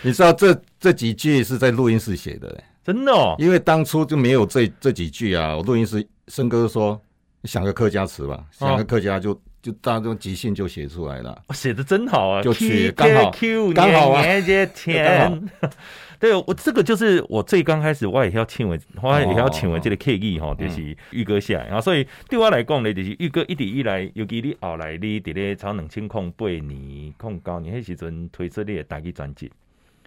你知道这这几句是在录音室写的，
真的哦，
因为当初就没有这这几句啊。我录音师森哥说，你想个客家词吧，想个客家就、就大家就即兴就写出来了。
我写的真好啊，
就取刚好
TKQ
刚好啊
年年节 前。对我这个就是我最刚开始我也要请我我也要请我这个 K E 哈，
哦
就是玉哥下来，然后所以对我来讲呢，就是玉哥一直以来，尤其你后来你伫咧从两千零八年、控高年迄时阵推出你的单机专辑，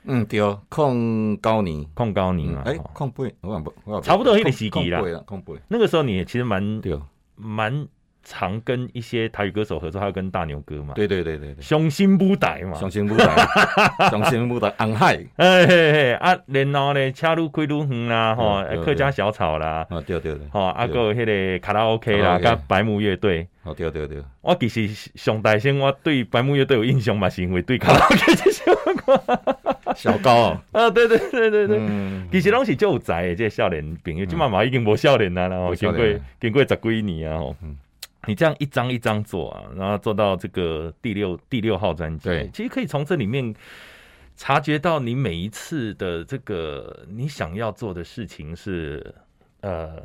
嗯，对，哦，控高你，
控高年嘛，
哎、
吼
控背，我不，我
差不多那个时期啦
控背控背，
那个时候你也其实蛮
对哦，
蛮常跟一些台语歌手合作，还有跟大牛哥嘛，
对对对对对，
雄心不歹嘛，
雄心不胆， 雄心不胆，昂海
哎嘿嘿啊，然后呢，车愈开愈远啦，吼
嗯对，对
客家小草啦，
啊，对对对，
吼，啊还有迄个卡拉 OK 啦，
卡拉 OK
甲白木乐队。
哦，对对 对，
我其实上大先，我对白木乐队有印象嘛，是因为对卡拉 OK 这首歌。
小高、哦，
啊，对对对 对对，
嗯，
其实拢是就才的，这个少年朋友，即嘛嘛已经无少年啊啦，吼，
无
经
少
过
年啊
经过十几年啊，吼
嗯。
你这样一张一张做啊，然后做到这个第六第六号专辑，
对
其实可以从这里面察觉到你每一次的这个你想要做的事情是呃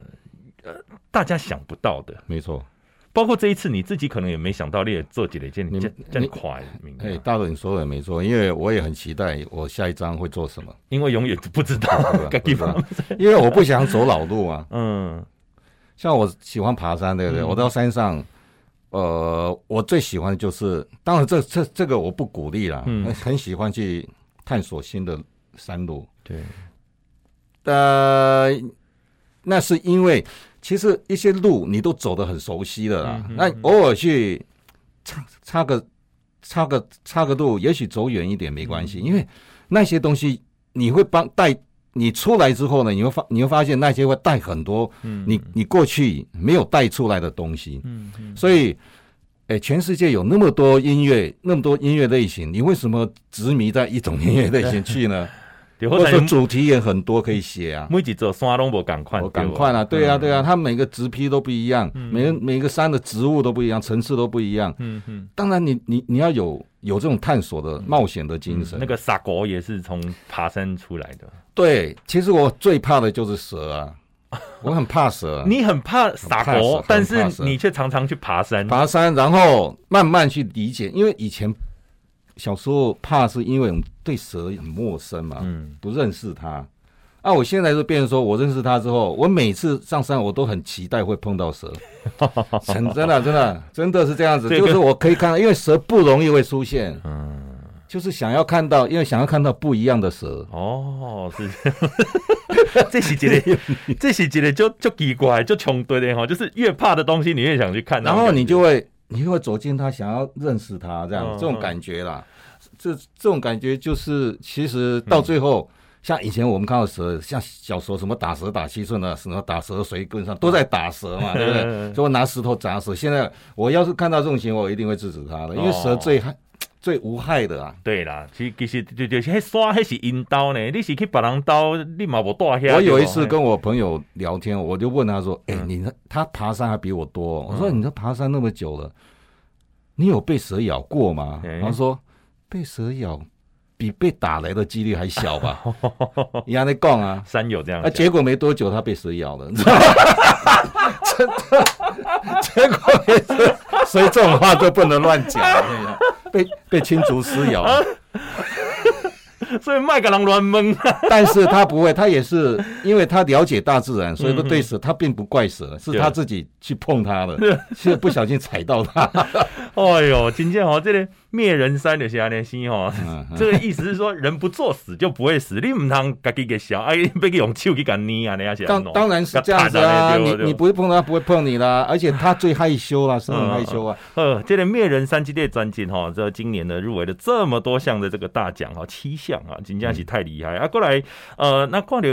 呃大家想不到的，
没错。
包括这一次你自己可能也没想到，你也做起了一件
你
这这样
你
快，啊明白
哎、
吗？
大伦说的没错，因为我也很期待我下一张会做 什么，
因为永远不知道
对
该地
吧
方，？
对吧因为我不想走老路啊。
嗯
像我喜欢爬山，对不对？
嗯
我到山上，呃，我最喜欢的就是，当然这这这个我不鼓励啦，
嗯
很喜欢去探索新的山路。
对，
呃，那是因为其实一些路你都走得很熟悉了啦，
嗯嗯
那偶尔去插插个插个插个路，也许走远一点没关
嗯
系，因为那些东西你会帮带。你出来之后呢，你会发你会发现那些会带很多
嗯
你你过去没有带出来的东西，
嗯嗯
所以，诶、全世界有那么多音乐，那么多音乐类型，你为什么执迷在一种音乐类型 去呢？
对，
或
或
者说
者
主题也很多可以写啊，
每一座山拢无赶快，
我赶快啦，对啊，对
啊，
啊，它每个植批都不一样，每个每个山的植物都不一样，层次都不一样。
嗯嗯，
当然你，你你要有有这种探索的冒险的精神。
嗯那个傻狗也是从爬山出来的。
对，其实我最怕的就是蛇啊，我很怕蛇啊、
你很怕傻
很怕蛇
狗
很，
但
怕
是
蛇
你却常常去爬山。
爬山，然后慢慢去理解，因为以前小时候怕是因为我们对蛇很陌生嘛，
嗯
不认识它。啊，我现在就变成说，我认识它之后，我每次上山我都很期待会碰 到蛇，真真的真的真的是这样子，
这个
就是我可以看到，因为蛇不容易会出现，
嗯，
就是想要看到，因为想要看到不一样的蛇。
哦，是， 这是一 个，这是一个就就奇怪，就穷对的哈，就是越怕的东西你越想去看，
然后你就会你就会走近他，想要认识他，这样、
嗯
这种感觉啦。这这种感觉就是，其实
嗯
到最后，像以前我们看到蛇，像小时候什么打蛇打蟋蟀啊，什么打蛇随棍上，都在打蛇
嗯
嘛，对不对？所以我拿石头砸蛇。现在我要是看到这种行为，我一定会制止他的，因为
哦
蛇最害、最无害的啊。
对啦，其其实就就是迄山，迄是因刀呢。你是去别人刀，你嘛无带遐。
我有
对
一
不
次哎跟我朋友聊天，我就问他说：“哎、你那他爬山还比我多哦、我说：“你这爬山那么久了，你有被蛇咬过吗？”
哎
他说：“被蛇咬比被打来的几率还小 吧？”你安尼讲啊，
山友这样
啊，
讲，
结果没多久他被蛇咬 了，你知道吗？真的，结果没事，所以这种话都不能乱讲，我跟你讲被被青竹丝 咬。
所以卖给人乱蒙。
但是他不会，他也是因为他了解大自然，所以说对蛇他并不怪蛇，是他自己去碰它
嗯
的，是不小心踩到 它。
哎呦，真正哦，这个灭人山就是安尼死吼。
嗯
这个意思是说，人不作死就不会死，你唔通家己给小，哎，被用手去干捏啊，那样是
当
怎样
当然是这样子
给打
啊，你
下来对
你不会碰它，不会碰你啦。而且它最害羞啦，是很
嗯
害羞啊。
呃，这个《灭人三基》列专辑哈，这今年呢入围了这么多项的这个大奖哈，七项啊，真正是太厉害、
嗯
啊！过来，呃，那看到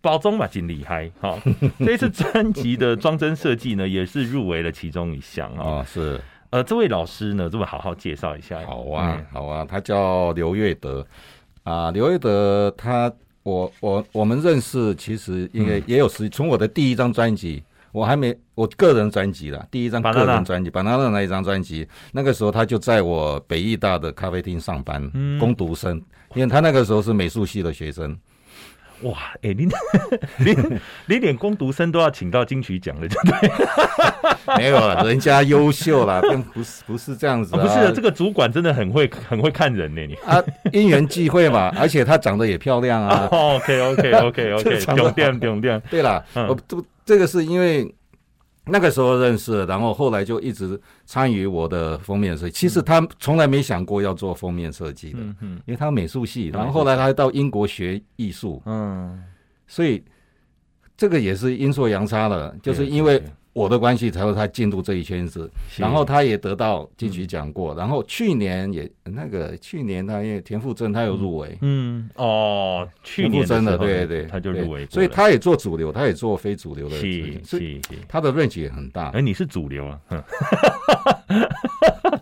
包装嘛，真厉害 哈。这一次专辑的装帧设计呢，也是入围了其中一项啊。
哦，是
呃，这位老师呢，这么好好介绍一下。
好
嗯
啊，好啊，他叫刘月德啊，刘月德他我我我们认识，其实应
嗯
该也有十，从我的第一张专辑。我还没我个人专辑啦，第一张个
Banana
人专辑，板纳勒那一张专辑，那个时候他就在我北艺大的咖啡厅上班，工读生，因为他那个时候是美术系的 学生，
嗯哇，哎、 您您您连攻读生都要请到金曲奖了，就对了、
没有了，人家优秀啦， 并不是不是这样子、
啊
啊
不是的，这个主管真的很会很会看人呢、你。
啊，因缘际会嘛，而且她长得也漂亮啊，
OK OK OK
这
OK，
长得好
重点重点，
对啦，
嗯
我这这个是因为那个时候认识的，然后后来就一直参与我的封面设计。其实他从来没想过要做封面设计的，
嗯嗯
因为他美术系，然后后来他还到英国学艺术，
嗯，
所以这个也是阴错阳差的，就是因为我的关系才会他进入这一圈子，
是
然后他也得到金曲奖
嗯
过，然后去年也那个去年他因为田馥甄他有入围，
嗯，哦，去年
真
的
的
时候
对对，
他就入围过了，
所以他也做主流，他也做非主流的事
是
情，
是
所以
是，
他的 range 也很大
哎，。你是主流啊，哼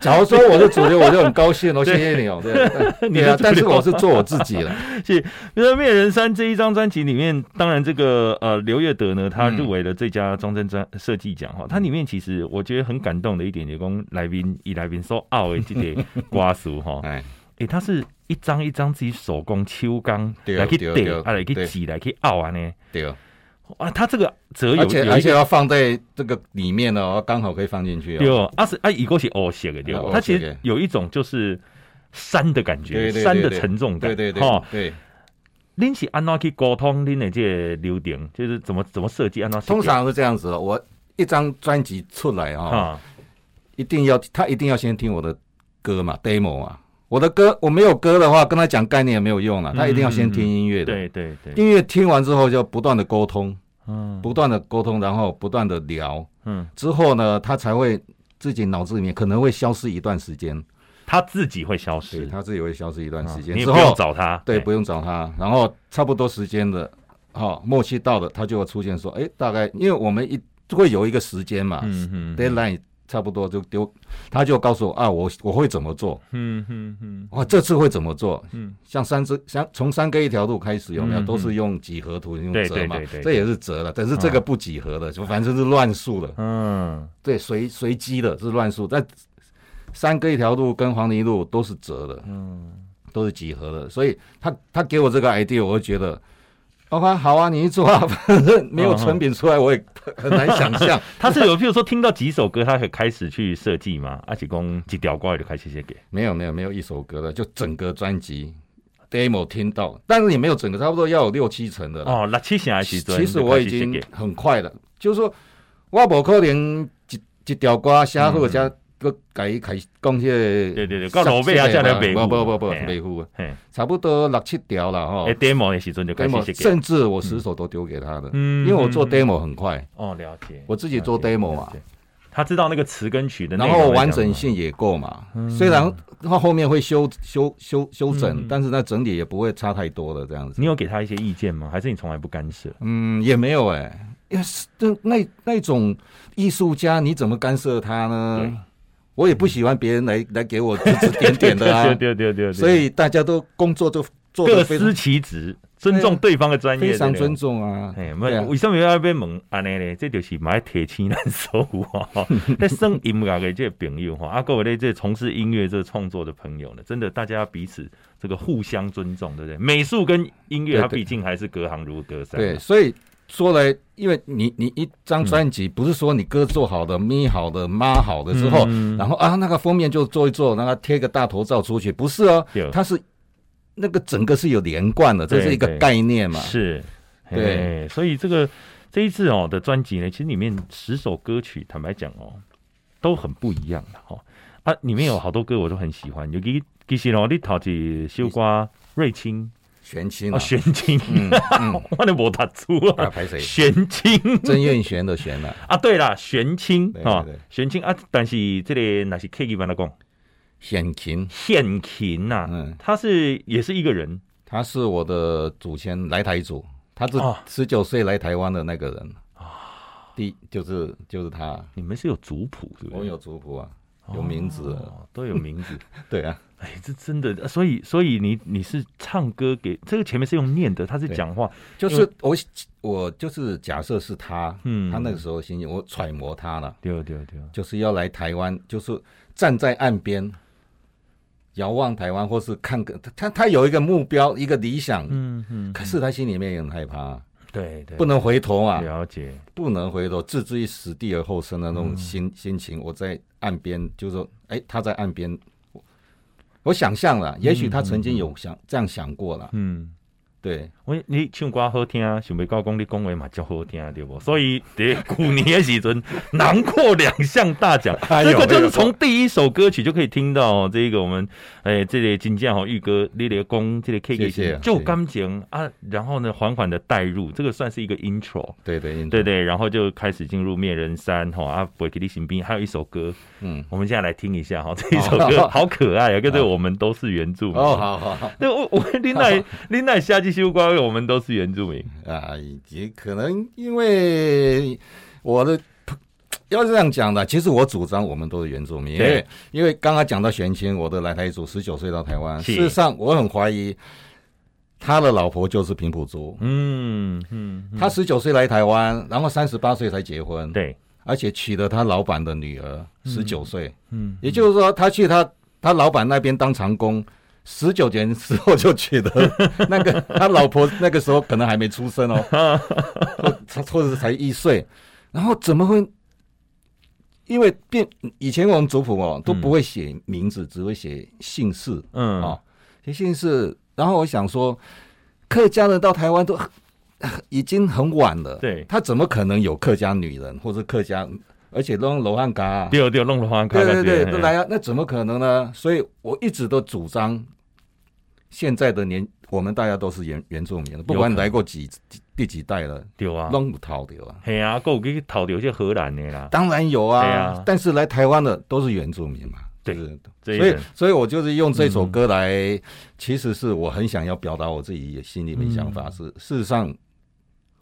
假如说我是主流，我就很高兴哦， 谢谢你哦， 对对对啊，
你是主流
但是我是做我自己 了，，
是。那《灭人山》这一张专辑里面，当然这个呃刘月德呢，他入围了最佳装帧专设计奖哈。它里面其实我觉得很感动的一点，就是讲来宾以来宾说奥的这个瓜叔哈
哎，
哎，他是一张一张自己手工秋钢
对
来去
对
叠
对
啊来去
对
挤来去凹啊呢。
对哦，
啊，他这个折有
而且
有
而
一
且
个
要放在这个里面哦，刚好可以放进去
对
哦，
哦，啊是啊，一个是凹写的对哦
啊，
它
黑色
其
的
实有一种就是山的感觉，
对对
山
对
的
对，
沉重感，
对对对
哈。
对。
恁是安怎去沟通恁的这个流程，就是怎么怎么设计，安怎设计
通常是这样子哦，我一张专辑出来啊，
啊，
一定要他一定要先听我的歌嘛，demo 啊。我的歌我没有歌的话，跟他讲概念也没有用了，他一定要先听音乐的。
对对嗯对，
音乐听完之后就不断的沟通，
嗯
不断的沟通，然后不断的聊，
嗯，
之后呢，他才会自己脑子里面可能会消失一段时间，
他自己会消
对
失，啊
他自己会消失一段时间
你也
之
不用
后，
找他，
对，
哎
不用找他，然后差不多时间的，好、默契到了，他就会出现说，哎，大概因为我们一会有一个时间嘛、
嗯嗯
d e a d l i n e 差不多就丢，他就告诉我啊，我我会怎么做，
嗯嗯嗯，
哇，这次会怎么做？
嗯
嗯，像三只，像从三个一条路开始有没有？
嗯嗯
都是用几何图用
对
折嘛
对对对，啊
这也是折了，但是这个不几何的，就反正是乱数的，
嗯，
对，随随机的是乱数。但三个一条路跟黄泥路都是折的，嗯，都是几何的，所以他他给我这个 idea，我就觉得。OK，好啊，你一做啊， 反正没有成品出来，我也很难想象。
他是有，譬如说听到几首歌，他会开始去设计吗？阿且公几条歌就开始写给，
没有没有没有一首歌的，就整个专辑 demo 听到，但是也没有整个，差不多要有六七成的啦。
哦，那七成的时阵
呃其实我已
就开
经
始
很快了，就是说，我无可能一一条歌写好，才搁改改讲迄个。
嗯对对对到落尾啊才来维护
不不不不，
嘿啊
维护
嘿，
差不多六七条了吼
写，哎。，demo 的时阵就开始写
哦 demo
给，
甚至我十首都丢给他的，
嗯
因为我做 demo 很快，
哦，了解，
我自己做
了解
demo
了
嘛
解他知道那个词跟曲的内
然
容，
后完整。性也够嘛。
嗯
虽然它后面会修修修修整，但是那整体也不会差太多的这样子
你。有给他一些意见吗？还是你从来不干涉？
嗯，也没有哎、因为是那那那种艺术家，你怎么干涉他
对
呢？我也不喜欢别人来来给我指指 点点的啊，
对对对对对，
所以大家都工作都做
各
得非
司
常啊
其职，尊重对方的专业，
非
对
常
不对
尊。重啊。
哎，
对啊
为什么要被问安尼咧？这就是买铁青难手啊！ 在生音乐的这个朋友哈，啊，各位咧，这从事音乐这个创作的朋友呢，真的大家彼此这个互相尊重，对不对？美术跟音乐，
对
它
对
毕竟还是隔行如隔山。啊
对，，所以说来，因为你你一张专辑不是说你歌做好的、咪好的、妈好的之后，
嗯
然后啊那个封面就做一做，让它贴个大头照出去，不是哦
对，
它是那个整个是有连贯的，这
对
是一个
对
概念嘛。
是，
对
嘿，所以这个这一次哦的专辑呢，其实里面十首歌曲，坦白讲哦，都很不一样的哦。啊，里面有好多歌我都很喜欢，尤其其实哦，你头一首歌瑞清
玄清
哦，
啊，
玄清，
嗯嗯，
我都无读出
啊
啊，
排谁？
玄清
曾愿玄的玄啊，
啊，对啦，玄清
对
啊
对对，
玄清啊，但是这个那是 K 一般来讲，
显琴，
现琴呐、
嗯
他是也是一个人
他是我的祖先来台主，他是
哦
十九岁来台湾的那个人啊，第就是就是他，
你们是有族谱是不是？
我有族谱啊，有名字啊，
哦，都有名字。
对啊。
哎，这真的，所以所以你你是唱歌给这个前面是用念的，他是
对
讲话，
就是我我就是假设是他，
嗯
他那个时候心情，我揣摩他了，
对对对，哦
就是要来台湾，就是站在岸边遥望台湾，或是看个他他有一个目标，一个理想，
嗯嗯，
可是他心里面也很害怕，啊
对对，
不能回头啊，
了解，
不能回头，置之于死地而后生的那
嗯
种心、心情。我在岸边，就是说，哎，他在岸边，我我想象了，也许他曾经有想、这样想过了，
嗯。
对，
我你唱歌好听，啊想袂到讲你讲话嘛足好听，啊对不？所以伫去年的时阵，囊括两项大奖，
哎
这
呦
个就
哎
是
呦
从第一首歌曲就可以听到哦这个我们哎、这个金匠哦玉哥你的公这个 K
谢
K
谢
是就感情啊，然后呢缓缓的带入，这个算是一个 intro。
对对
对，对，然后就开始进入灭人山哈啊，伯给利行兵，还有一首歌，
嗯，
我们现在来听一下哈，这一首歌好可爱啊，跟着我们都是原住民。
哦，，好好好。
对我我林奈林奈夏季修瓜，我们都是原住民。
啊，也可能因为我的。要是这样讲的，其实我主张我们都是原住民，因
对
为因为刚刚讲到玄清，我的来台族十九岁到台湾，
是
事实上我很怀疑他的老婆就是平埔族，
嗯嗯，
他十九岁来台湾，然后三十八岁才结婚，，
对，
而且娶了他老板的女儿，十九岁，
嗯，
也就是说他去他他老板那边当长工，十九年之后就 娶的那个他老婆，那个时候可能还没出生哦， 或或者是才一岁，然后怎么会？因为变以前我们族谱哦都不会写名字，只会写姓氏
嗯，
哦，写姓氏。然后我想说，客家人到台湾都已经很晚了，
对
他怎么可能有客家女人或者客家，而且都用罗汉嘎、啊，
丢丢哦弄了花开，
对对对，
嘿
都来啊，那怎么可能呢？所以我一直都主张，现在的年我们大家都是原原住民了，不管来过几几第几代了，
丢啊，
弄不逃的啊。
嘿啊，够给讨掉些荷兰的啦，
当然有
对
啊
啊，
但是来台湾的都是原住民嘛。
对
就是
这一
所以
人，嗯
所以我就是用这首歌来，其实是我很想要表达我自己心里面想
嗯
法。是事实上，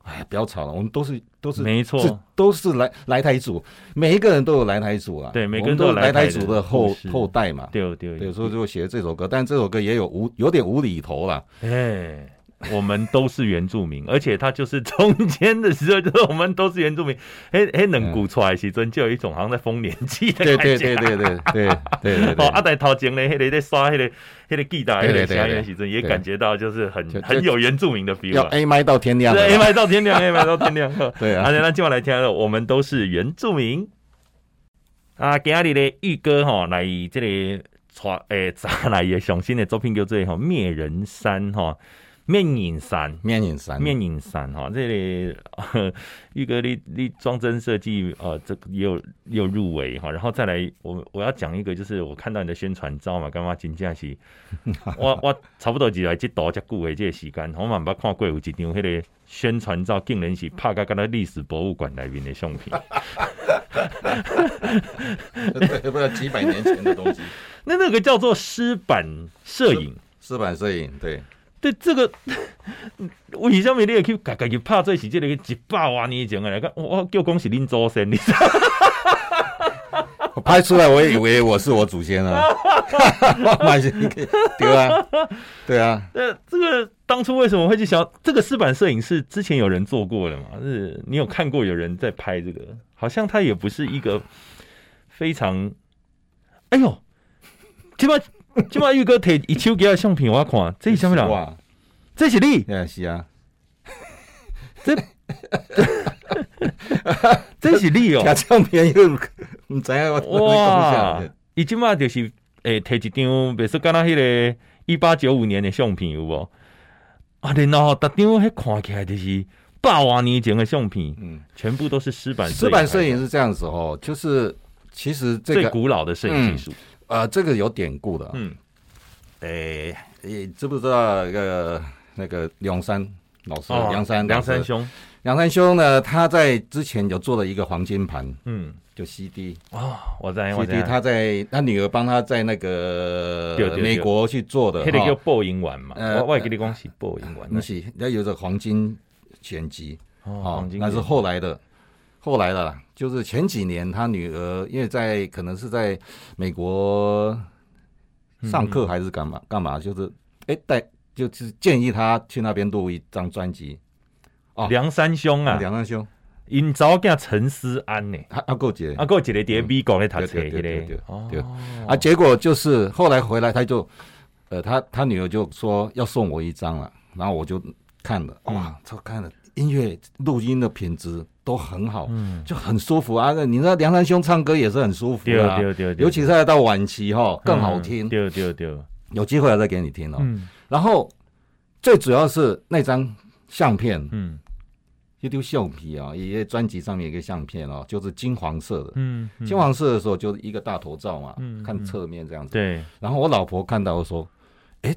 哎，不要吵了，我们都是都是
没
是
错，
都是来来台主，每一个人都有来台主啊，
对每个人
我们都
都有
来
来台
主
的
的后
故事
后代嘛。
丢丢
对，所以就写这首歌，但这首歌也有无有点无厘 头啦。
哎，我们都是原住民，而且他就是中间的时候，就是我们都是原住民。哎哎，能鼓出来的时阵，就有一种好像在丰年祭的
对
感觉。
对对对对对 对对
哦，阿
对，
在头前嘞，迄个在刷迄个迄个吉他，迄
对对
个
对
声音
对
的时阵，也
对
感觉到就是很
就
很
就
有原住民的 feel
要
啊。
A 麦到天亮
是
了。
A 麦到天亮，A 麦到天亮。
对啊
好的，那今晚来听了，我们都是原住民。啊，今日的玉哥吼来这里带诶，带来的上新的作品叫做吼灭人山吼灭影山。
面影山，
面影山哈，这里 呃玉哥你你装帧设计呃，这个也有也有入围哈，然后再来我我要讲一个，就是我看到你的宣传照嘛，干嘛金假期，我我差不多就来这多这久的这个时间，我嘛捌看过有一张迄个宣传照，竟然是拍到敢若历史博物馆内面的相片，
对，不知道几百年前的东西，
那那个叫做湿版摄影。
湿版摄影，对，
对这个， 为什么你会去家家己拍做是这个一百万年前的来看？我我叫讲是恁祖先，你知道
我拍出来我也以为我是我祖先啊， 蛮对啊，对啊，
呃，这个当初为什么会去想这个湿版摄影是之前有人做过的嘛？是你有看过有人在拍这个？好像它也不是一个非常，哎呦，今晚今晚玉哥摕伊手机的相片我看，这是什么人？
哇，
这是你，
也是啊，
这这是 你哦、
假唱片又唔知影我
哇
哇，！
伊即马就是诶，摕、一张，别说敢若迄个一八九五年的相片有无？啊，然后逐张迄看起来就是百万年前的相片，
嗯，
全部都是湿版
湿版哎摄
影
影是这样子哦，就是其实这
最
个啊
古老的摄影技术。
呃，这个有典故的，
嗯，
诶、你知不知道那个那个梁山老师，梁山
哦梁
老师
山兄，
梁山兄呢，他在之前有做了一个黄金盘，
嗯，
就 CD，CD
哦，我知我知，
他在他女儿帮他在那个
对对对
美国去做的，
迄个叫
哈，
报应丸嘛，
呃啊
我我会跟你讲是报应丸
那，是那有着黄金剪辑，
哦，
哦
黄，金
那是
眼
后来的，后来的啦，就是前几年他女儿因为在可能是在美国上
嗯
课还是干嘛干嘛，就是哎带就是建议他去那边录一张专辑，哦
梁山兄啊，
梁山兄，
因查某囝陈思安呢，
他阿够姐
啊，还有一个伫美国咧读
对
册
对对对
迄
对
个，哦
对啊，结果就是后来回来他就，呃，他他女儿就说要送我一张了，然后我就看了，
哦
哇，这看了音乐录音的品质都很好，
嗯
就很舒服啊。那你知道梁山兄唱歌也是很舒服
对
的、啊，
对对对，
尤其是到晚期哈、更好
嗯
听。哦
对对对，
有机会我再给你听哦。
嗯
然后最主要是那张相片，
嗯
一丢相片啊、一个专辑上面有一个相片哦，就是金黄色的。
嗯，嗯
金黄色的时候就是一个大头照嘛，
嗯嗯
看侧面这样子。
对，
然后我老婆看到说：“哎，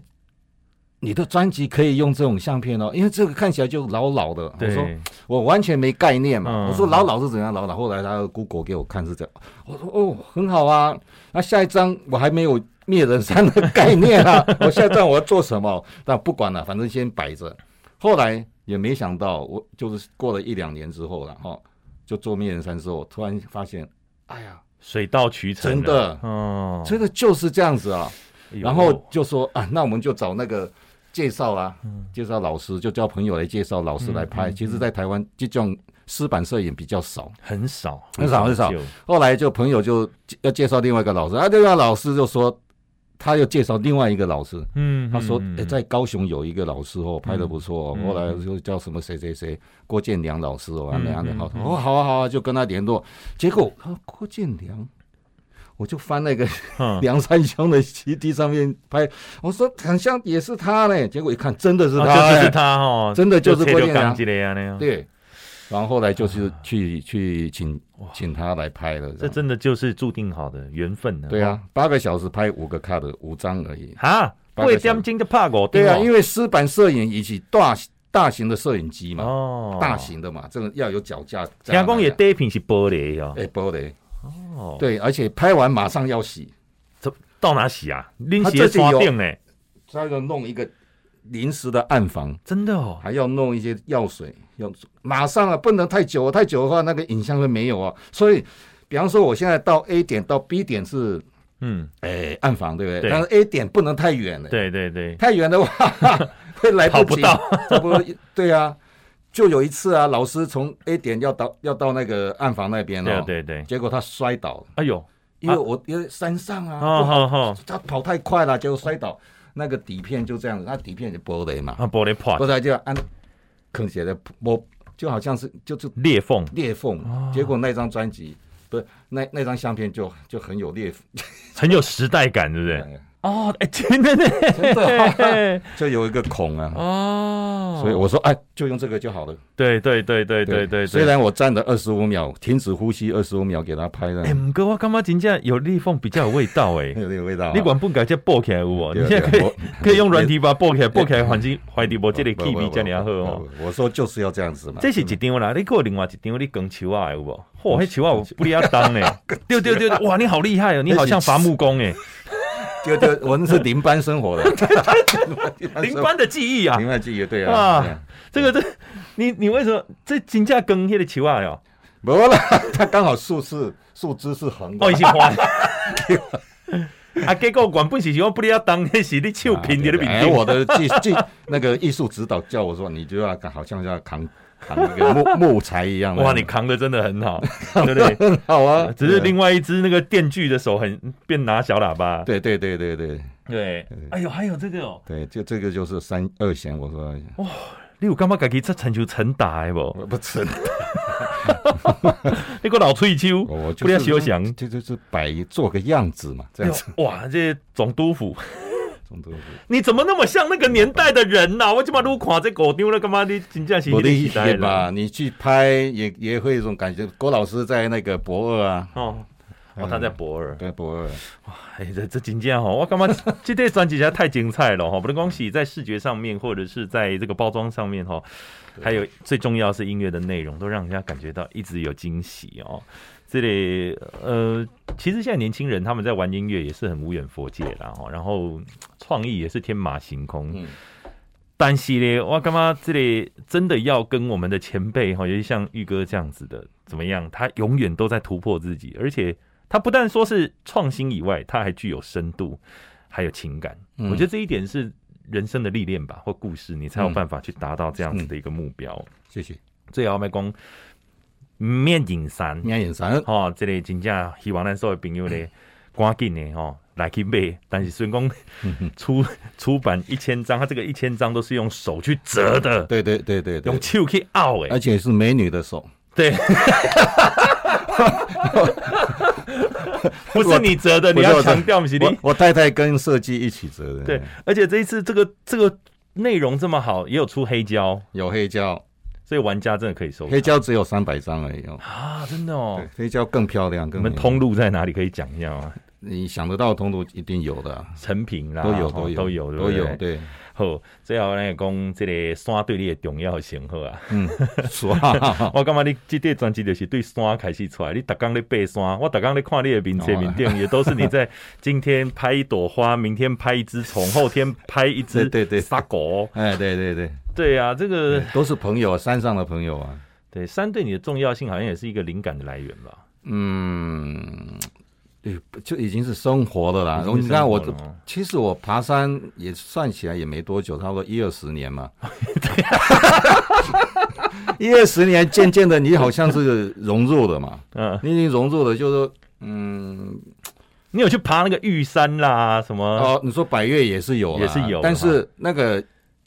你的专辑可以用这种相片哦，因为这个看起来就老老的。”我说
对，：“
我完全没概念嘛。
嗯
我说：“老老是怎样老老？”后来他 Google 给我看是这样，我说：“哦，很好啊。”那下一张我还没有灭人山的概念 啊，我下一张我要做什么？但不管了，反正先摆着。后来也没想到，我就是过了一两年之后了哈、哦，就做灭人山之后，突然发现，哎呀，
水到渠成啊，
真的
哦，
真的就是这样子啊。
哎呦
然后就说啊，那我们就找那个介绍啊，
嗯
介绍老师，就叫朋友来介绍老师来拍。其实，在台湾这种湿版摄影比较少。
很少，
很少很少
就
后来就朋友就介要介绍另外一个老师，啊，另外老师就说，他又介绍另外一个老师，
嗯，
他说、
嗯
诶在高雄有一个老师哦，拍的不错、哦，
嗯
后来就叫什么谁谁谁郭建良老师哦，
嗯
啊那样的，
嗯
好、
嗯
哦，好啊好啊，就跟他联络，结果啊郭建良，我就翻那个
嗯
梁山兄的 CD 上面拍，我说很像也是他呢，结果一看真的是
哦
他
就
呢，
是他哦，
真的就是
切
郭
流
建
钢
良
之类啊那样，
对，然后后来就是去去请请他来拍了，
啊这真的就是注定好的缘分呢，
对啊，八个小时拍五个 cut 五张而已，
哈，哈，八
八个小时
点钟就拍五哦
对啊，因
为
为湿版摄影以及大大型的摄影机嘛，
哦，
大，型的嘛，这个要有脚架，这
听
样
讲也
来
底片是玻璃的哦，
哎玻璃，
哦，，
对，而且拍完马上要洗，
到哪洗啊？拎
他
鞋
这里有
刷定呢，
再要弄一个临时的暗房。
真的哦，
还要弄一些药水，要马上啊，不能太久啊，太久的话那个影像会没有啊。所以，比方说我现在到 A 点到 B 点是
嗯，
诶、暗房，对不对？
对
但是 A 点不能太远了，，
对对对，
太远的话 会来
跑
不
不
及，
到
差不多对啊。就有一次啊，老师从 A 点要到要到那个暗房那边
对啊
哦，
对对，
结果他摔倒了，
哎呦，
因为我、因为山上啊，
哦好好，
他跑太快了，结果摔倒，那个底片就这样子，那底片就玻璃嘛，
啊玻璃破
不然就按坑写的我就好像是就是
裂缝，
裂缝，
哦
结果那张专辑不是那那张相片就就很有裂缝，
很有时代感，对不对？
哎
哦，哎、真的呢，
真的、
嘿
就有一个孔 啊。
哦，
所以我说，哎，就用这个就好了。
对对对对对对，
虽然我站了二十五秒，停止呼吸二十五秒给他拍的
哎，，唔过我感觉真正有裂缝比较有味道哎、
有点味 道啊。
你原本改叫爆起来有无？
对
你
啊
现在可
对
以
啊我
可以用软体把它爆起来，爆起来环境怀地无这个
不
key 比
不
这样好
不
哦。
不我说就是要这样子嘛。
这是一张啦，你还有另外一张你钢球啊有无？ 嚯，那球啊有不离要当呢。对对对，对哇，你好厉害哦，你好像伐木工 哎，
就就我们是邻班 生活的，
林班的记忆啊
邻班记忆对啊。对
啊
啊，
这个这你你为什么这金价更那个球啊哟？
没啦，他刚好树是树枝是横的
哦，伊，是 花。 啊，结果原本是想不离要当，那是你手
啊
平的
对
你
对
面
哎
顶。
我的技技那个艺术指导叫我说，你就要好像要扛扛一个木木材一样的。
哇，你扛的真的很 好，对不对？
很好啊，
只是另
外
外一只那个电锯的手很变拿小喇叭。
对对对对对
对，哎呦，还有这个哦，
对，就这个就是三二弦，我说
你有感觉家己这成就成大的无？
我不吃，
那个老翠秋，
哦我我就
不要
是
休想。
就就是摆做个样子嘛，这
哎
样
呦
子。
哇，这总督府，
总之
你怎么那么像那个年代的人呐、我今把都垮这狗丢了，干嘛？你真正是
我的
那个
意
时代
见
的
嘛，
人
你去拍也也会有一种感觉。郭老师在那个博二啊，
哦。哦，他在博尔，
对博二，
哎， 这这真正吼，我干嘛？这对专辑实在太精彩了哈！不能光喜在视觉上面，或者是在这个包装上面哈，还有最重要是音乐的内容，都让人家感觉到一直有惊喜哦。这里呃，其实现在年轻人他们在玩音乐也是很无远佛界啦哈，然后创意也是天马行空。
嗯
但是呢，我干嘛这里真的要跟我们的前辈哈，尤其像玉哥这样子的，怎么样？他永远都在突破自己，而且他不但说是创新以外，他还具有深度，还有情感。
嗯
我觉得这一点是人生的历练吧，或故事，你才有办法去达到这样子的一个目标。
谢谢。
最后卖讲面景山
你，看眼神，
吼、这个真正希望咱所有朋友咧，赶紧的吼、来去买。但是虽然 讲出出版一千张，它这个一千张都是用手去折的，
对对对对对
用，手去拗诶
而，且是美女的手，
对。不是你折的，你
不是
要
我折
强调不是你
我哎我太太跟设计一起折的，
对，，而且这一次这个这个内容这么好，也有出黑胶，
有黑胶，
所以玩家真的可以收藏
黑胶只有三百张而已哦，
啊，真的哦
对。黑胶更漂亮，
你
更
们
美
通路在哪里？可以讲一下吗？
你想得到通路一定有的啊，
成品啦，
都有
吼
都有
都有
都有，
对不对。
对，
好，最后咱会讲这个山对你的重要性好啊。
嗯， 说啊
我感觉你这块专辑就是对山开始出来，你逐工咧爬山，我逐工咧看你的名册
哦
名店，也都是你在今天拍一朵花，明天拍一只 虫，后天拍一只
对对对
杀狗。
哎，对对对，
对啊，这个
都是朋友，山上的朋友啊，
对山对你的重要性好像也是一个灵感的来源吧。
嗯，对，就已经是生活的啦
已。经是
你看我
生活了哦，
其实我爬山也算起来也没多久，差不多一二十年嘛。一二十年，渐渐的，你好像是融入了嘛，
嗯，
你已经融入了，就是说，嗯，
你有去爬那个玉山啦，什么
哦，你说百越也是有啦，
啊也是有
但是那个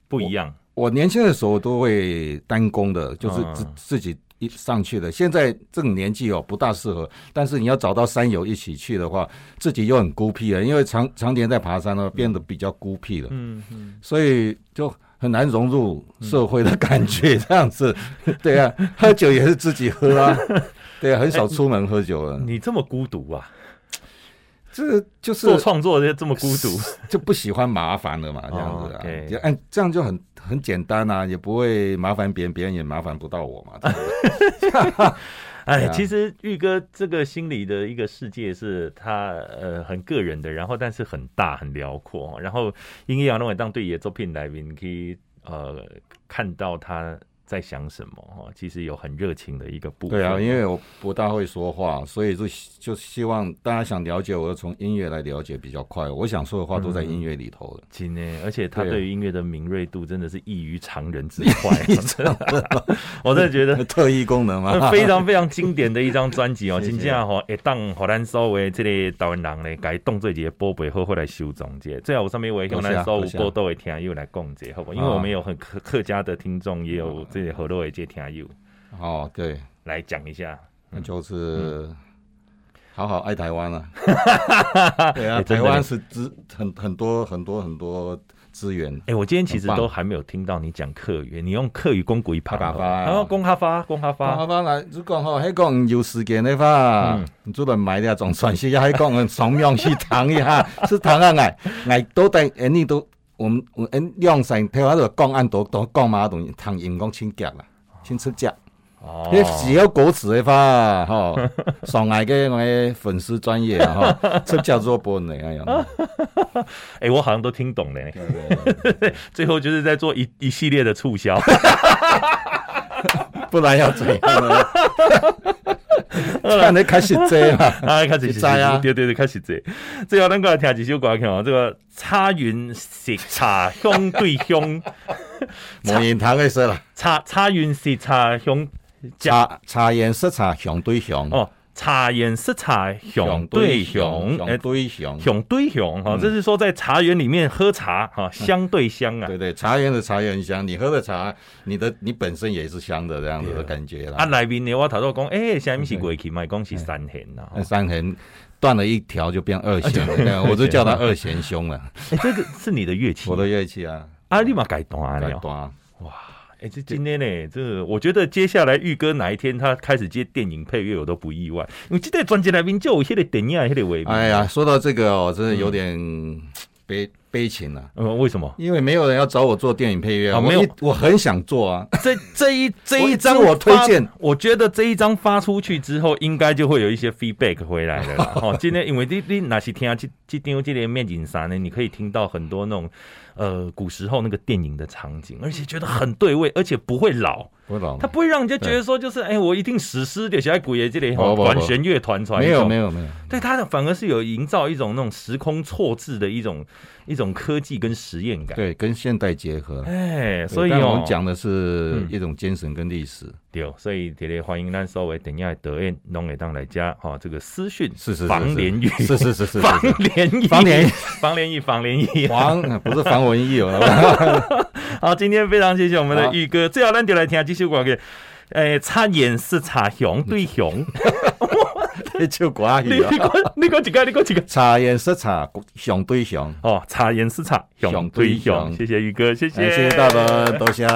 不一样？
我年轻的时候都会单攻的，就是
嗯
自自己一上去的。现在这种年纪哦，不大适合。但是你要找到山友一起去的话，自己又很孤僻了，因为常常年在爬山呢，变得比较孤僻了，
嗯嗯，
所以就很难融入社会的感觉。这样子， 对啊，喝酒也是自己喝啊，对啊，很少出门喝酒了。
你这么孤独啊，
这就是
做创作这么孤独。
就不喜欢麻烦了嘛，这样子
哦
啊
，OK，
就按这样就很很简单啊，也不会麻烦别人，别人也麻烦不到我 嘛。这样子
哎，
对啊
其实玉哥这个心理的一个世界是他呃很个人的，然后但是很大很辽阔，然后音乐那会当对野作品来宾可以呃看到他在想什么哦，其实有很热情的一个部分。
对啊，因为我不大会说话，所以就就希望大家想了解我，就从音乐来了解比较快。我想说的话都在音乐里头了。
今天，而且他
对啊
对于音乐的敏锐度真的是异于常人 之外，啊 我真的觉得
特异功 能啊嘛，
嗯非常非常经典的一张专 辑哦，
谢谢
真正吼会当荷咱所有的这个台湾人咧，改动做一个宝贝，好好来收藏者。最后有上面我也向咱所有报道的听友来讲者，好不好？因为我们有很客客家的听众，也有这些河洛的这些听友
哦，对，
来讲一下。
那就是好好爱台湾 啊！对
哎
啊，
真的
台湾是资很很多很多很多资源。
哎、我今天其实
很棒
都还没有听到你讲客语，你用客语攻鬼爬
啪啪啪
然后攻哦哈发，攻哈
好
发，
吧，来，如果吼，迄讲有时间的话
嗯，
你做人买的啊总算是要迄讲很爽用去谈一 下，是谈啊来来都在，哎你都我们我哎两三台湾都讲按都都讲嘛东西，谈英讲请夹啦，请出夹。
哦
你是有果子的话，吼，上来嘅我的粉丝专业啊， 吼，出夹做本的哎呀，
哎、我好像都听懂了。 最后就是在做一一系列的促销。
不然要怎样 呢？看你开始追 嘛。
啊，开始
你知啊
对对对，开始这。最后咱过来听一首歌曲哦，这个茶云是茶香对香，
无言头嘅说啦，
茶茶云是茶香，茶
茶茶颜色茶相对相，
哦，茶颜色茶香对香，
相
哎，
对相。
香对香哈，这是说在茶园里面喝茶哈，相对香啊。
嗯对对，茶园的茶也很香，你喝的茶，你的你本身也是香的这样子
对
的
啊
感觉
啊，
啦。
内面呢，我头先讲，哎，下面是过去，卖讲是三弦啊哦呐。
那伤痕断了一条就变二弦了，对啊我就叫它二弦 凶了。
哎，这个是你的乐器
我，的乐器啊，
啊，立马改断
改
了。
断。啊
哎、这今天呢，这个我觉得接下来玉哥哪一天他开始接电影配乐，我都不意外，因为这个专辑来宾就有那个电影的那个味道。
哎呀，说到这个哦，
嗯
真的有点悲悲情了。
呃，为什 么？
因为没有人要找我做电影配乐啊，
啊
我
没有
一我很想做啊，
这这一这一张
我推荐
发，我觉得这一张发出去之后，应该就会有一些 feedback 回来 了啦。哦，今天因为你你哪些听这这丢这连面景啥呢？你可以听到很多那种呃古时候那个电影的场景，而且觉得很对味，而且不会老，
我懂啊
它。不会让人家觉得说就是哎、我一定史诗就写在古爷这里
不不不
管弦乐团传
没有没
有。
有没有，
对它的反而是有营造一种那种时空错置的一种一种科技跟实验感。，
对，跟现代结合。
哎，
对
所以
但我
哦
们，讲的是
嗯
一种精神跟历史，
对，所以这里欢迎咱所谓等一下德燕弄给当来家哈、哦，这个私讯
是是
房连玉，
是是是是 是
房
是
连玉，
房连玉
房连玉，房连玉。
黄 不是防文艺哦，
好，今天非常谢谢我们的
好
玉哥，最后咱就来听继续广告。诶，插眼是插 熊对熊，
你唱国
你
语 啊
你。个你个几个你个几个
茶颜色茶，相对相。
哦，插眼是插熊对
熊对
熊，
熊
谢谢玉哥，谢
哎
谢
谢谢大家，多谢。